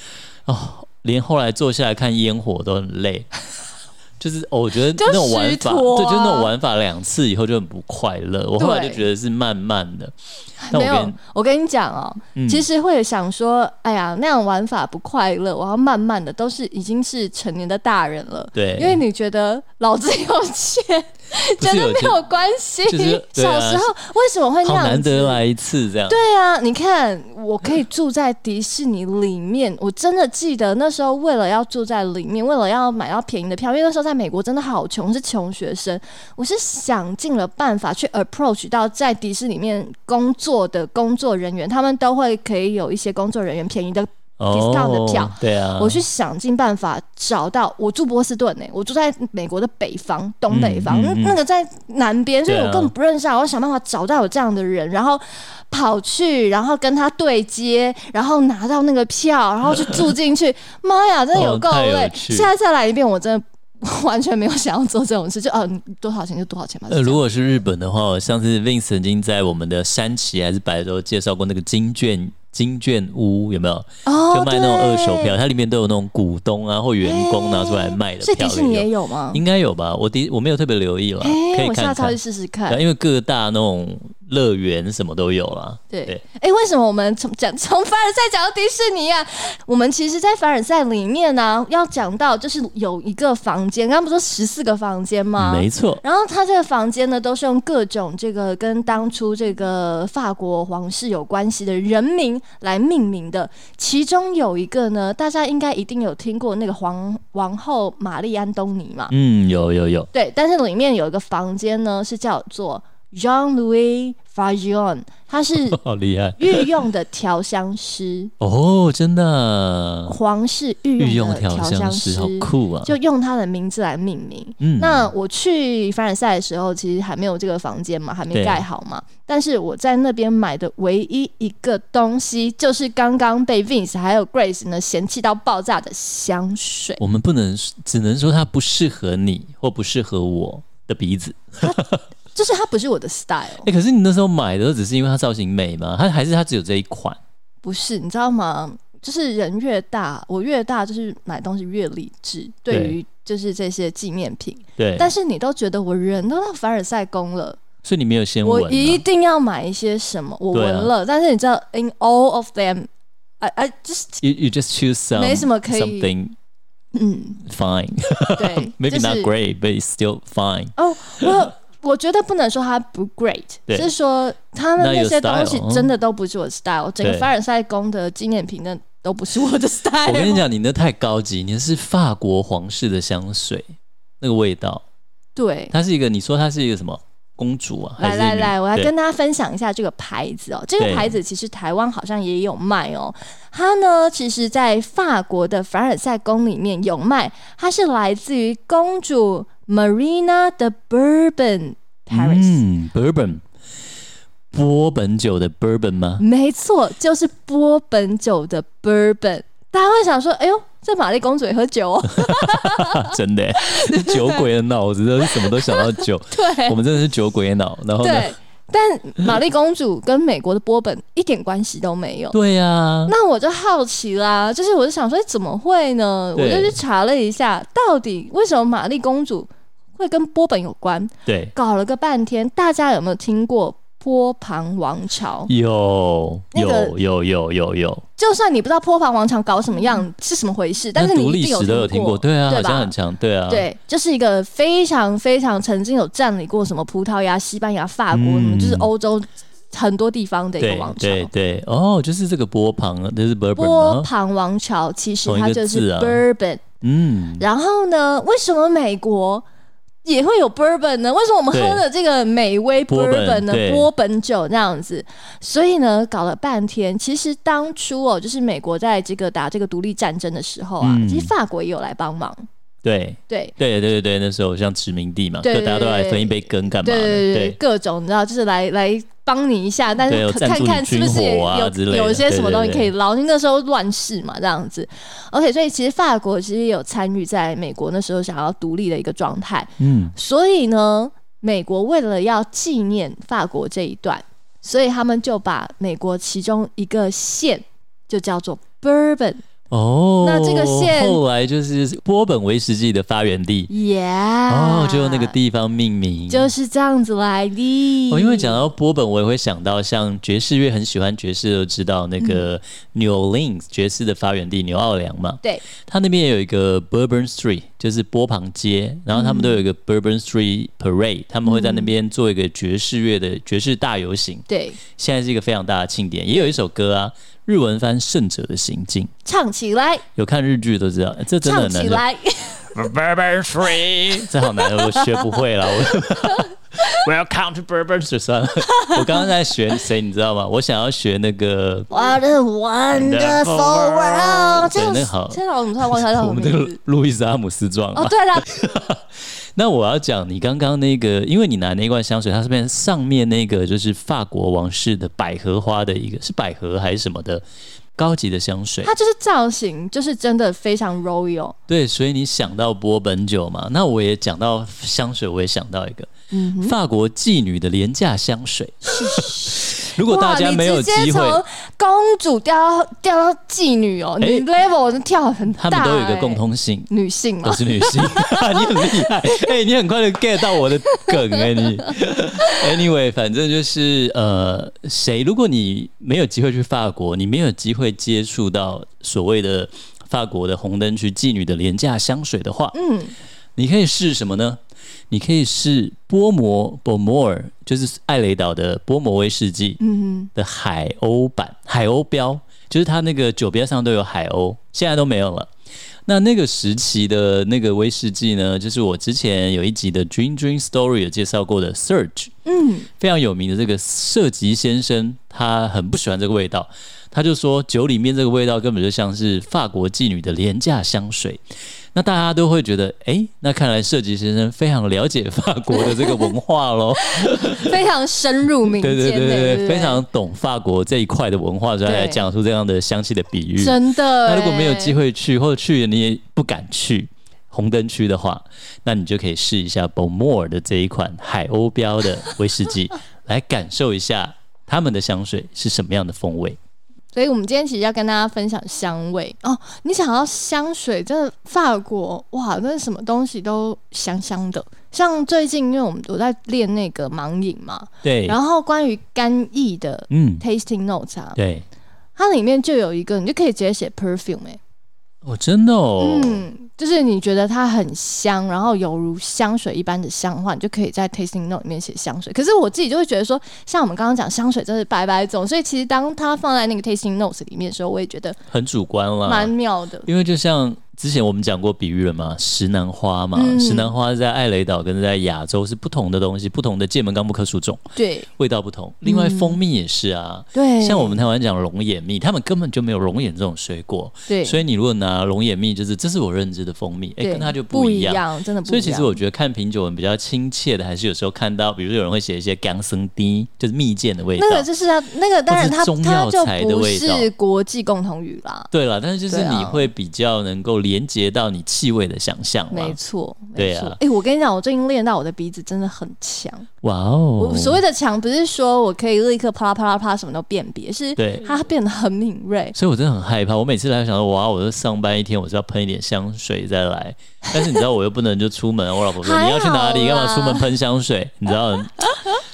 [SPEAKER 2] 哦，连后来坐下来看烟火都很累。 就是、哦我觉得
[SPEAKER 1] 就
[SPEAKER 2] 那种玩法，
[SPEAKER 1] 虚脱啊
[SPEAKER 2] 对，就那种玩法两次以后就很不快乐。我后来
[SPEAKER 1] 对
[SPEAKER 2] 就觉得是慢慢的，但
[SPEAKER 1] 没有
[SPEAKER 2] 我跟，
[SPEAKER 1] 我跟你讲哦，
[SPEAKER 2] 嗯
[SPEAKER 1] 其实会想说，哎呀，那样玩法不快乐，我要慢慢的，都是已经是成年的大人了，
[SPEAKER 2] 对
[SPEAKER 1] 因为你觉得老子有钱，
[SPEAKER 2] 不
[SPEAKER 1] 觉得
[SPEAKER 2] 是有
[SPEAKER 1] 没有关系，
[SPEAKER 2] 就是对
[SPEAKER 1] 小
[SPEAKER 2] 啊
[SPEAKER 1] 时候为什么会那
[SPEAKER 2] 好
[SPEAKER 1] 样
[SPEAKER 2] 难
[SPEAKER 1] 子？
[SPEAKER 2] 得啊来一次这样。
[SPEAKER 1] 对啊，你看，我可以住在迪士尼里面。我真的记得那时候，为了要住在里面，为了要买到便宜的票，因为那时候在美国真的好穷，是穷学生。我是想尽了办法去 approach 到在迪士尼里面工作的工作人员，他们都会可以有一些工作人员便宜的。discount 的票
[SPEAKER 2] 哦对啊，
[SPEAKER 1] 我去想尽办法找到，我住波士顿呢、我住在美国的北方、东北方，
[SPEAKER 2] 嗯嗯嗯
[SPEAKER 1] 那那个在南边，所以
[SPEAKER 2] 对
[SPEAKER 1] 我
[SPEAKER 2] 啊
[SPEAKER 1] 根本不认识啊。我想办法找到有这样的人，然后跑去，然后跟他对接，然后拿到那个票，然后去住进 去。妈呀，真的有够
[SPEAKER 2] 哦太有
[SPEAKER 1] 累！
[SPEAKER 2] 趣
[SPEAKER 1] 现在再来一遍，我真的完全没有想要做这种事，就哦，你多少钱就多少钱吧。
[SPEAKER 2] 呃，
[SPEAKER 1] 就这
[SPEAKER 2] 如
[SPEAKER 1] 样
[SPEAKER 2] 果是日本的话，我上次 Vin 曾经在我们的山崎还是白州介绍过那个金券金券屋，有没有？
[SPEAKER 1] 哦
[SPEAKER 2] 就卖那种二手票，
[SPEAKER 1] 对哎
[SPEAKER 2] 它里面都有那种股东啊或员工拿出来卖的
[SPEAKER 1] 所以
[SPEAKER 2] 票
[SPEAKER 1] 迪，士尼也
[SPEAKER 2] 有
[SPEAKER 1] 有吗？
[SPEAKER 2] 应该有吧？我的我没有特别留意了，
[SPEAKER 1] 哎、
[SPEAKER 2] 可以
[SPEAKER 1] 我下
[SPEAKER 2] 看
[SPEAKER 1] 次要
[SPEAKER 2] 看
[SPEAKER 1] 去。试试
[SPEAKER 2] 对啊
[SPEAKER 1] 看。
[SPEAKER 2] 因为各大那种乐园什么都有啦。
[SPEAKER 1] 对
[SPEAKER 2] 对，
[SPEAKER 1] 哎，为什么我们从讲从凡尔赛讲到迪士尼啊？我们其实，在凡尔赛里面呢、要讲到就是有一个房间，刚刚不是说十四个房间吗？
[SPEAKER 2] 嗯没错，
[SPEAKER 1] 然后它这个房间呢，都是用各种这个跟当初这个法国皇室有关系的人名来命名的。其中有一个呢，大家应该一定有听过那个皇王后玛丽安东尼嘛？
[SPEAKER 2] 嗯，有有有，
[SPEAKER 1] 对，但是里面有一个房间呢，是叫做 Jean Louis Fagion，他是
[SPEAKER 2] 好厉害
[SPEAKER 1] 御用的调香师，
[SPEAKER 2] 哦，真的啊
[SPEAKER 1] 皇室哦御
[SPEAKER 2] 御
[SPEAKER 1] 用
[SPEAKER 2] 用
[SPEAKER 1] 的调
[SPEAKER 2] 调香
[SPEAKER 1] 师
[SPEAKER 2] 师，，好酷啊！
[SPEAKER 1] 就用他的名字来命名。
[SPEAKER 2] 嗯，
[SPEAKER 1] 那我去凡尔赛的时候，其实还没有这个房间嘛，还没
[SPEAKER 2] 对
[SPEAKER 1] 盖好嘛。但是我在那边买的唯一一个东西，就是刚刚被 Vince 还有 Grace 呢嫌弃到爆炸的香水。
[SPEAKER 2] 我们不能，只能说它不适合你或不适合我的鼻子。
[SPEAKER 1] 就是它不是我的 style，
[SPEAKER 2] 哎、可是你那时候买的只是因为它造型美吗？它还是它只有这一款？
[SPEAKER 1] 不是，你知道吗？就是人越大，我越大，就是买东西越理智，对
[SPEAKER 2] 对
[SPEAKER 1] 于就是这些纪念品。
[SPEAKER 2] 对，
[SPEAKER 1] 但是你都觉得我人都到凡尔赛宫了，
[SPEAKER 2] 所以你没有先闻、
[SPEAKER 1] 我
[SPEAKER 2] 啊。
[SPEAKER 1] 一定要买一些什么，我
[SPEAKER 2] 对
[SPEAKER 1] 闻
[SPEAKER 2] 啊
[SPEAKER 1] 了，但是你知道，in all of them。I I just
[SPEAKER 2] You you just choose some
[SPEAKER 1] 没什么可以
[SPEAKER 2] something
[SPEAKER 1] 嗯，
[SPEAKER 2] fine,，
[SPEAKER 1] 对
[SPEAKER 2] maybe
[SPEAKER 1] 就是
[SPEAKER 2] not great, but it's still fine.
[SPEAKER 1] 哦，我我觉得不能说它不 great，
[SPEAKER 2] 对
[SPEAKER 1] 是说他们
[SPEAKER 2] 那有
[SPEAKER 1] 那些东西
[SPEAKER 2] style，嗯
[SPEAKER 1] 真的都不是我的 style，整个
[SPEAKER 2] 对
[SPEAKER 1] 凡尔赛宫的纪念品那都不是我的 style。
[SPEAKER 2] 我跟你，讲，你那太高级，你那是法国皇室的香水，那个味道，
[SPEAKER 1] 对，
[SPEAKER 2] 它是一个，你说它是一个什么公主啊？还
[SPEAKER 1] 来
[SPEAKER 2] 是
[SPEAKER 1] 来
[SPEAKER 2] 女
[SPEAKER 1] 来，我来
[SPEAKER 2] 对
[SPEAKER 1] 跟大家分享一下这个牌子哦。这个
[SPEAKER 2] 对
[SPEAKER 1] 牌子其实台湾好像也有卖哦。它呢，其实在法国的凡尔赛宫里面有卖，它是来自于公主 Marina de Bourbon Paris。
[SPEAKER 2] 嗯，bourbon，波本酒的 bourbon 吗？
[SPEAKER 1] 没错，就是波本酒的 Bourbon。大家会想说，哎呦，这玛丽公主也喝酒 哦？
[SPEAKER 2] 真的欸，酒鬼的脑子都是什么都想到 酒，
[SPEAKER 1] 对
[SPEAKER 2] 我们真的是酒鬼的脑。然后呢？
[SPEAKER 1] 对，但玛丽公主跟美国的波本一点关系都没有。
[SPEAKER 2] 对 呀，
[SPEAKER 1] 那我就好奇啦，就是我就想说，怎么会呢？我
[SPEAKER 2] 对
[SPEAKER 1] 就去查了一下，到底为什么玛丽公主会跟波本有关？
[SPEAKER 2] 对，
[SPEAKER 1] 搞了个半天，大家有没有听过波旁王朝？
[SPEAKER 2] 有
[SPEAKER 1] 那个
[SPEAKER 2] 有有有有有，
[SPEAKER 1] 就算你不知道波旁王朝搞什么样是什么回事，但是
[SPEAKER 2] 那
[SPEAKER 1] 你
[SPEAKER 2] 读
[SPEAKER 1] 一
[SPEAKER 2] 历
[SPEAKER 1] 定
[SPEAKER 2] 史都有听
[SPEAKER 1] 过，
[SPEAKER 2] 对啊，
[SPEAKER 1] 对
[SPEAKER 2] 好
[SPEAKER 1] 吧
[SPEAKER 2] 像很强，对啊，
[SPEAKER 1] 对，就是一个非常非常曾经有占领过什么葡萄牙、西班牙、法国，
[SPEAKER 2] 嗯
[SPEAKER 1] 就是欧洲很多地方的一个
[SPEAKER 2] 对
[SPEAKER 1] 王朝。
[SPEAKER 2] 对对，哦，就是这个波旁，就是 bourbon
[SPEAKER 1] 波
[SPEAKER 2] 吗？
[SPEAKER 1] 旁王朝其实
[SPEAKER 2] 同一
[SPEAKER 1] 它
[SPEAKER 2] 个
[SPEAKER 1] 就
[SPEAKER 2] 字
[SPEAKER 1] 是
[SPEAKER 2] 啊
[SPEAKER 1] Bourbon，、
[SPEAKER 2] 嗯，
[SPEAKER 1] 然后呢，为什么美国也会有 bourbon 呢？为什么我们
[SPEAKER 2] 对
[SPEAKER 1] 喝的这个美威
[SPEAKER 2] 波本
[SPEAKER 1] bourbon 呢？
[SPEAKER 2] 对
[SPEAKER 1] 波本酒那样子，所以呢，搞了半天，其实当初哦，就是美国在这个打这个独立战争的时候啊，
[SPEAKER 2] 嗯
[SPEAKER 1] 其实法国也有来帮忙，
[SPEAKER 2] 对
[SPEAKER 1] 对。
[SPEAKER 2] 对对对对，那时候像殖民地嘛，
[SPEAKER 1] 对
[SPEAKER 2] 各
[SPEAKER 1] 对
[SPEAKER 2] 大家都来
[SPEAKER 1] 对
[SPEAKER 2] 分一杯羹干嘛
[SPEAKER 1] 对
[SPEAKER 2] 的？
[SPEAKER 1] 对对，各种你知道，就是来来帮你一下，但
[SPEAKER 2] 嗯对
[SPEAKER 1] 是
[SPEAKER 2] 有
[SPEAKER 1] 可
[SPEAKER 2] 赞助
[SPEAKER 1] 看
[SPEAKER 2] 你
[SPEAKER 1] 看是不是也
[SPEAKER 2] 军
[SPEAKER 1] 有、
[SPEAKER 2] 火啊之类的
[SPEAKER 1] 有一些什么东西
[SPEAKER 2] 对对对
[SPEAKER 1] 可以捞？因为那时候乱世嘛，这样子。OK，所以其实法国其实也有参与在美国那时候想要独立的一个状态。
[SPEAKER 2] 嗯，
[SPEAKER 1] 所以呢，美国为了要纪念法国这一段，所以他们就把美国其中一个县就叫做 Bourbon。
[SPEAKER 2] 哦，
[SPEAKER 1] 那这个县
[SPEAKER 2] 后来就是波本威士忌的发源地，
[SPEAKER 1] Yeah，
[SPEAKER 2] 哦，就用那个，地方命名，
[SPEAKER 1] 啊就是这样子来的。
[SPEAKER 2] 哦，因为讲到波本，我也会想到像爵士乐，很喜欢爵士，都知道那
[SPEAKER 1] 嗯
[SPEAKER 2] 个 New Orleans 爵士的发源地纽奥良嘛。
[SPEAKER 1] 对，
[SPEAKER 2] 它那边也有一个 Bourbon Street，就是波旁街，然后他们都有一
[SPEAKER 1] 嗯
[SPEAKER 2] 个 Bourbon Street Parade，他们会在那边做一个爵士乐
[SPEAKER 1] 嗯
[SPEAKER 2] 的爵士大游行。
[SPEAKER 1] 对，
[SPEAKER 2] 现在是一个非常大的庆典，也有一首歌啊，日文翻《胜者的行径》，
[SPEAKER 1] 唱起来，
[SPEAKER 2] 有看日剧都知道，欸这真的
[SPEAKER 1] 唱
[SPEAKER 2] 很难
[SPEAKER 1] 起
[SPEAKER 2] 唱。
[SPEAKER 1] 来，
[SPEAKER 2] Bourbon Street，这好 难，我学不会了。我 Welcome to Bourbon Street，算了。我刚刚在学谁，你知道吗？我想要学那个，
[SPEAKER 1] What a wonderful world！
[SPEAKER 2] 对
[SPEAKER 1] 这首
[SPEAKER 2] 那个好
[SPEAKER 1] 这首我们突然忘记叫什 么
[SPEAKER 2] 我们
[SPEAKER 1] 名
[SPEAKER 2] 这
[SPEAKER 1] 字
[SPEAKER 2] 个。路易斯阿姆斯壮啊
[SPEAKER 1] 哦，
[SPEAKER 2] 嘛。
[SPEAKER 1] 对了，
[SPEAKER 2] 那我要讲你刚刚那个，因为你拿那罐香水，它这边上面那个就是法国王室的百合花的一个，是百合还是什么的高级的香水
[SPEAKER 1] 它。就是造型，就是真的非常 royal。
[SPEAKER 2] 对，所以你想到波本酒嘛，那我也讲到
[SPEAKER 1] 嗯
[SPEAKER 2] 香水，我也想到一个、
[SPEAKER 1] 嗯哼，
[SPEAKER 2] 法国妓女的廉价香水。如果大
[SPEAKER 1] 哇
[SPEAKER 2] 家
[SPEAKER 1] 你
[SPEAKER 2] 没有
[SPEAKER 1] 直接
[SPEAKER 2] 机会，
[SPEAKER 1] 从公主掉到掉到妓女哦，
[SPEAKER 2] 哎
[SPEAKER 1] 你 level 跳很大、欸
[SPEAKER 2] 他们都有一个共，通性，
[SPEAKER 1] 女性嘛
[SPEAKER 2] 都。是女性。 你很厉害，哎、你很快就 get 到我的梗哎、你。Anyway，反正就是呃，谁如果你没有机会去法国，你没有机会接触到所谓的法国的红灯区妓女的廉价香水的话，
[SPEAKER 1] 嗯，
[SPEAKER 2] 你可以试什么呢？你可以试波摩 b o m o r 就是艾雷岛的波摩威士忌
[SPEAKER 1] 嗯
[SPEAKER 2] 的海鸥版海鸥标，就是它那个酒标上都有海鸥，现在都没有了。那那个时期的那个威士忌呢，就是我之前有一集的《Dream Dream Story》有介绍过的 Surge，
[SPEAKER 1] 嗯，
[SPEAKER 2] 非常有名的这个涉及先生，他很不喜欢这个味道，他就说酒里面这个味道根本就像是法国妓女的廉价香水。那大家都会觉得，诶，那看来涉及先生非常了解法国的这个文化喽，
[SPEAKER 1] 非常深入 民间
[SPEAKER 2] 对
[SPEAKER 1] 的，
[SPEAKER 2] 对对
[SPEAKER 1] 对
[SPEAKER 2] 对
[SPEAKER 1] 不
[SPEAKER 2] 对，非常懂法国这一块的文化，所以他才
[SPEAKER 1] 对
[SPEAKER 2] 讲出这样的香气的比喻。
[SPEAKER 1] 真的、欸
[SPEAKER 2] 那如果没有机
[SPEAKER 1] 会，
[SPEAKER 2] 会去，或者去了你也不敢去红灯区的话，那你就可以试一下 Bowmore 的这一款海鸥标的威 士忌，来感受一下他们的香水是什么样的风味。
[SPEAKER 1] 所以我们今天其实要跟大家分享香味哦。你想要香水，真的法国哇，那什么东西都香香的。像最近，因为我们我在练那个盲饮嘛，
[SPEAKER 2] 对，
[SPEAKER 1] 然后关于干邑的
[SPEAKER 2] 嗯，
[SPEAKER 1] tasting notes 啊，
[SPEAKER 2] 对，
[SPEAKER 1] 它里面就有一个，你就可以直接写 perfume 哎、
[SPEAKER 2] 哦，真的哦，
[SPEAKER 1] 嗯，就是你觉得它很香，然后犹如香水一般的香的话，你就可以在 tasting note 里面写香水。可是我自己就会觉得说，像我们刚刚讲香水真是百百种，所以其实当它放在那个 tasting notes 里面的时候，我也觉得
[SPEAKER 2] 很主观啦
[SPEAKER 1] 蛮。妙的。
[SPEAKER 2] 因为就像之前我们讲过比喻了嘛，石楠花嘛，
[SPEAKER 1] 嗯
[SPEAKER 2] 石楠花在艾雷岛跟在亚洲是不同的东西，不同的界门纲目科属种，
[SPEAKER 1] 对
[SPEAKER 2] 味道不同。另外，
[SPEAKER 1] 嗯
[SPEAKER 2] 蜂蜜也是啊，
[SPEAKER 1] 对，
[SPEAKER 2] 像我们台湾讲龙眼蜜，他们根本就没有龙眼这种水果，
[SPEAKER 1] 对，
[SPEAKER 2] 所以你如果拿龙眼蜜，就是这是我认知的蜂蜜，哎、
[SPEAKER 1] 对
[SPEAKER 2] 跟它就
[SPEAKER 1] 不
[SPEAKER 2] 一样。
[SPEAKER 1] 样，真的不一样。
[SPEAKER 2] 所以其实我觉得看品酒文比较亲切的，还是有时候看到，比如说有人会写一些甘生滴，就是蜜饯的味道。
[SPEAKER 1] 那个就是要那个，当然它
[SPEAKER 2] 或是中
[SPEAKER 1] 它
[SPEAKER 2] 药
[SPEAKER 1] 就
[SPEAKER 2] 材的
[SPEAKER 1] 不
[SPEAKER 2] 味道
[SPEAKER 1] 是国际共同语啦，
[SPEAKER 2] 对了，但是就是
[SPEAKER 1] 对啊
[SPEAKER 2] 你会比较能够连接到你气味的想象嘛
[SPEAKER 1] 没。错，没
[SPEAKER 2] 对
[SPEAKER 1] 错。
[SPEAKER 2] 啊
[SPEAKER 1] 哎、我跟你讲，我最近练到我的鼻子真的很强。
[SPEAKER 2] 哇哦
[SPEAKER 1] 我，所谓的强，不是说我可以立刻啪啦啪啦啪啦什么都辨别，是
[SPEAKER 2] 对
[SPEAKER 1] 它变得很敏锐。
[SPEAKER 2] 所以我真的很害怕。我每次来想说，哇，我就上班一天，我是要喷一点香水再来。但是你知道，我又不能就出 门。啊我老婆说
[SPEAKER 1] 还好啦啊
[SPEAKER 2] 你要去哪里，干嘛出门喷香水？你知道，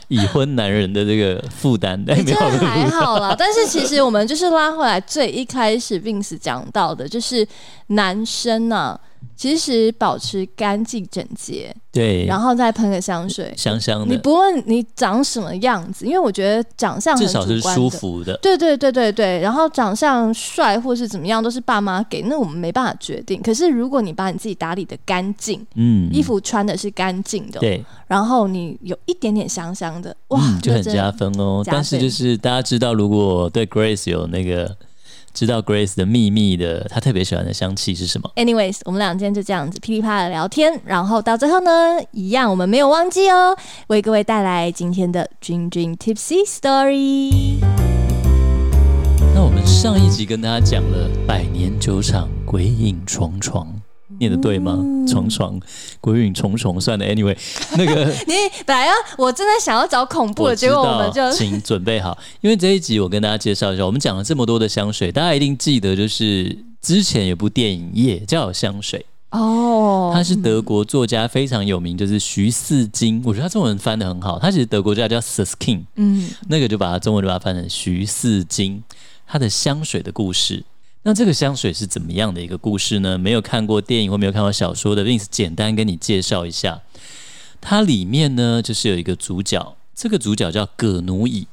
[SPEAKER 2] 已婚男人的这个负担，哎，没
[SPEAKER 1] 这
[SPEAKER 2] 有
[SPEAKER 1] 还好啦，但是其实我们就是拉回来最一开始 Vince 讲到的，就是男生呢、啊其实保持干净整洁，
[SPEAKER 2] 对，
[SPEAKER 1] 然后再喷个香水，
[SPEAKER 2] 香香
[SPEAKER 1] 你
[SPEAKER 2] 的，
[SPEAKER 1] 不论你长什么样子，因为我觉得长相很
[SPEAKER 2] 至
[SPEAKER 1] 主
[SPEAKER 2] 少是
[SPEAKER 1] 观的
[SPEAKER 2] 舒服的。
[SPEAKER 1] 对对对对对，然后长相帅或是怎么样都是爸妈给，那我们没办法决定。可是如果你把你自己打理的干净，
[SPEAKER 2] 嗯，
[SPEAKER 1] 衣服穿的是干净的，
[SPEAKER 2] 对，
[SPEAKER 1] 然后你有一点点香香的，哇，
[SPEAKER 2] 嗯，就
[SPEAKER 1] 那
[SPEAKER 2] 很
[SPEAKER 1] 真
[SPEAKER 2] 加分哦。
[SPEAKER 1] 加分
[SPEAKER 2] 但是就是大家知道，如果对 Grace 有那个知道 Grace 的秘密的，她特别喜欢的香气是什么？
[SPEAKER 1] Anyways，我们俩今天就这样子噼里啪啦地聊天，然后到最后呢，一样我们没有忘记哦，为各位带来今天的 Dream Dream Tipsy Story。
[SPEAKER 2] 那我们上一集跟大家讲了百年酒厂鬼影重重。念的对吗？
[SPEAKER 1] 嗯
[SPEAKER 2] 重重，鬼影重重，算了。Anyway，那个
[SPEAKER 1] 你本来要哦我真的想要找恐怖
[SPEAKER 2] 我
[SPEAKER 1] 的，
[SPEAKER 2] 知
[SPEAKER 1] 结果
[SPEAKER 2] 道，
[SPEAKER 1] 我们就
[SPEAKER 2] 请准备好，因为这一集我跟大家介绍一下，我们讲了这么多的香水，大家一定记得，就是之前有部电影也叫香水，
[SPEAKER 1] 哦
[SPEAKER 2] 他是德国作家，非常有名，就是徐四金。我觉得他中文翻的很好，他其实德国作家叫 Suskin，
[SPEAKER 1] 嗯
[SPEAKER 2] 那个就把它中文就把它翻成徐四金，他的香水的故事。那这个香水是怎么样的一个故事呢？没有看过电影或没有看过小说的 Vince，简单跟你介绍一下。它里面呢，就是有一个主角，这个主角叫葛奴乙。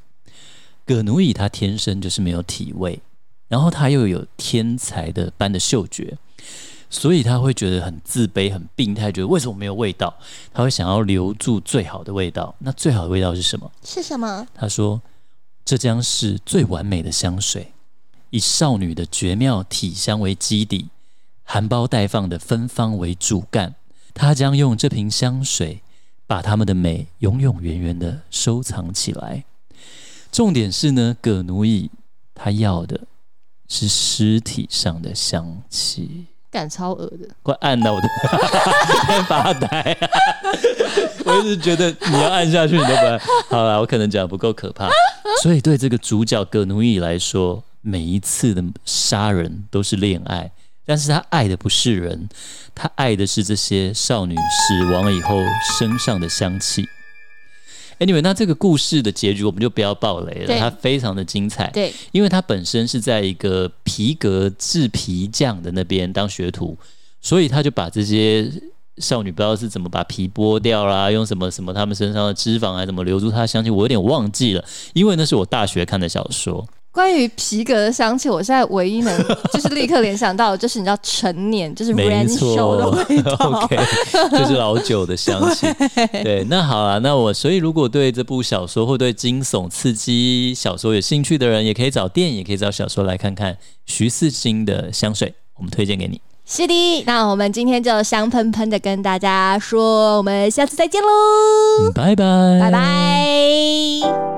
[SPEAKER 2] 葛奴乙他天生就是没有体味，然后他又有天才的般的嗅觉，所以他会觉得很自卑、很病态，觉得为什么没有味道？他会想要留住最好的味道。那最好的味道是什么？
[SPEAKER 1] 是什么？
[SPEAKER 2] 他说：“这将是最完美的香水，以少女的绝妙体香为基底，含苞待放的芬芳为主干。他将用这瓶香水把他们的美永永远远的收藏起来。重点是呢，葛奴乙他要的是尸体上的香气。
[SPEAKER 3] 感超恶的。
[SPEAKER 2] 快按到我的， 在发呆、啊。我一直觉得你要按下去，你都不按。好了，我可能讲得不够可怕，所以对这个主角葛奴伊来说，每一次的杀人都是恋爱，但是他爱的不是人，他爱的是这些少女死亡以后身上的香气。Anyway，那这个故事的结局我们就不要爆雷了，
[SPEAKER 3] 对
[SPEAKER 2] 它非常的精彩。
[SPEAKER 3] 对，
[SPEAKER 2] 因为他本身是在一个皮革制皮匠的那边当学徒，所以他就把这些少女不知道是怎么把皮剥掉啦，用什么什么他们身上的脂肪还是怎么留住她的香气，我有点忘记了，因为那是我大学看的小说。
[SPEAKER 1] 关于皮革的香气，我现在唯一能就是立刻联想到的，就是你知道陈年，就是 r a n
[SPEAKER 2] 没
[SPEAKER 1] c h
[SPEAKER 2] 错
[SPEAKER 1] 的味道。
[SPEAKER 2] ，OK，就是老酒的香气。对，那好啊，那我所以如果对这部小说或对惊悚刺激小说有兴趣的人，也可以找电影，也可以找小说来看看。徐四新的香水，我们推荐给你。
[SPEAKER 1] 是的，那我们今天就香喷喷的跟大家说，我们下次再见喽，
[SPEAKER 2] 嗯拜拜，
[SPEAKER 1] 拜拜。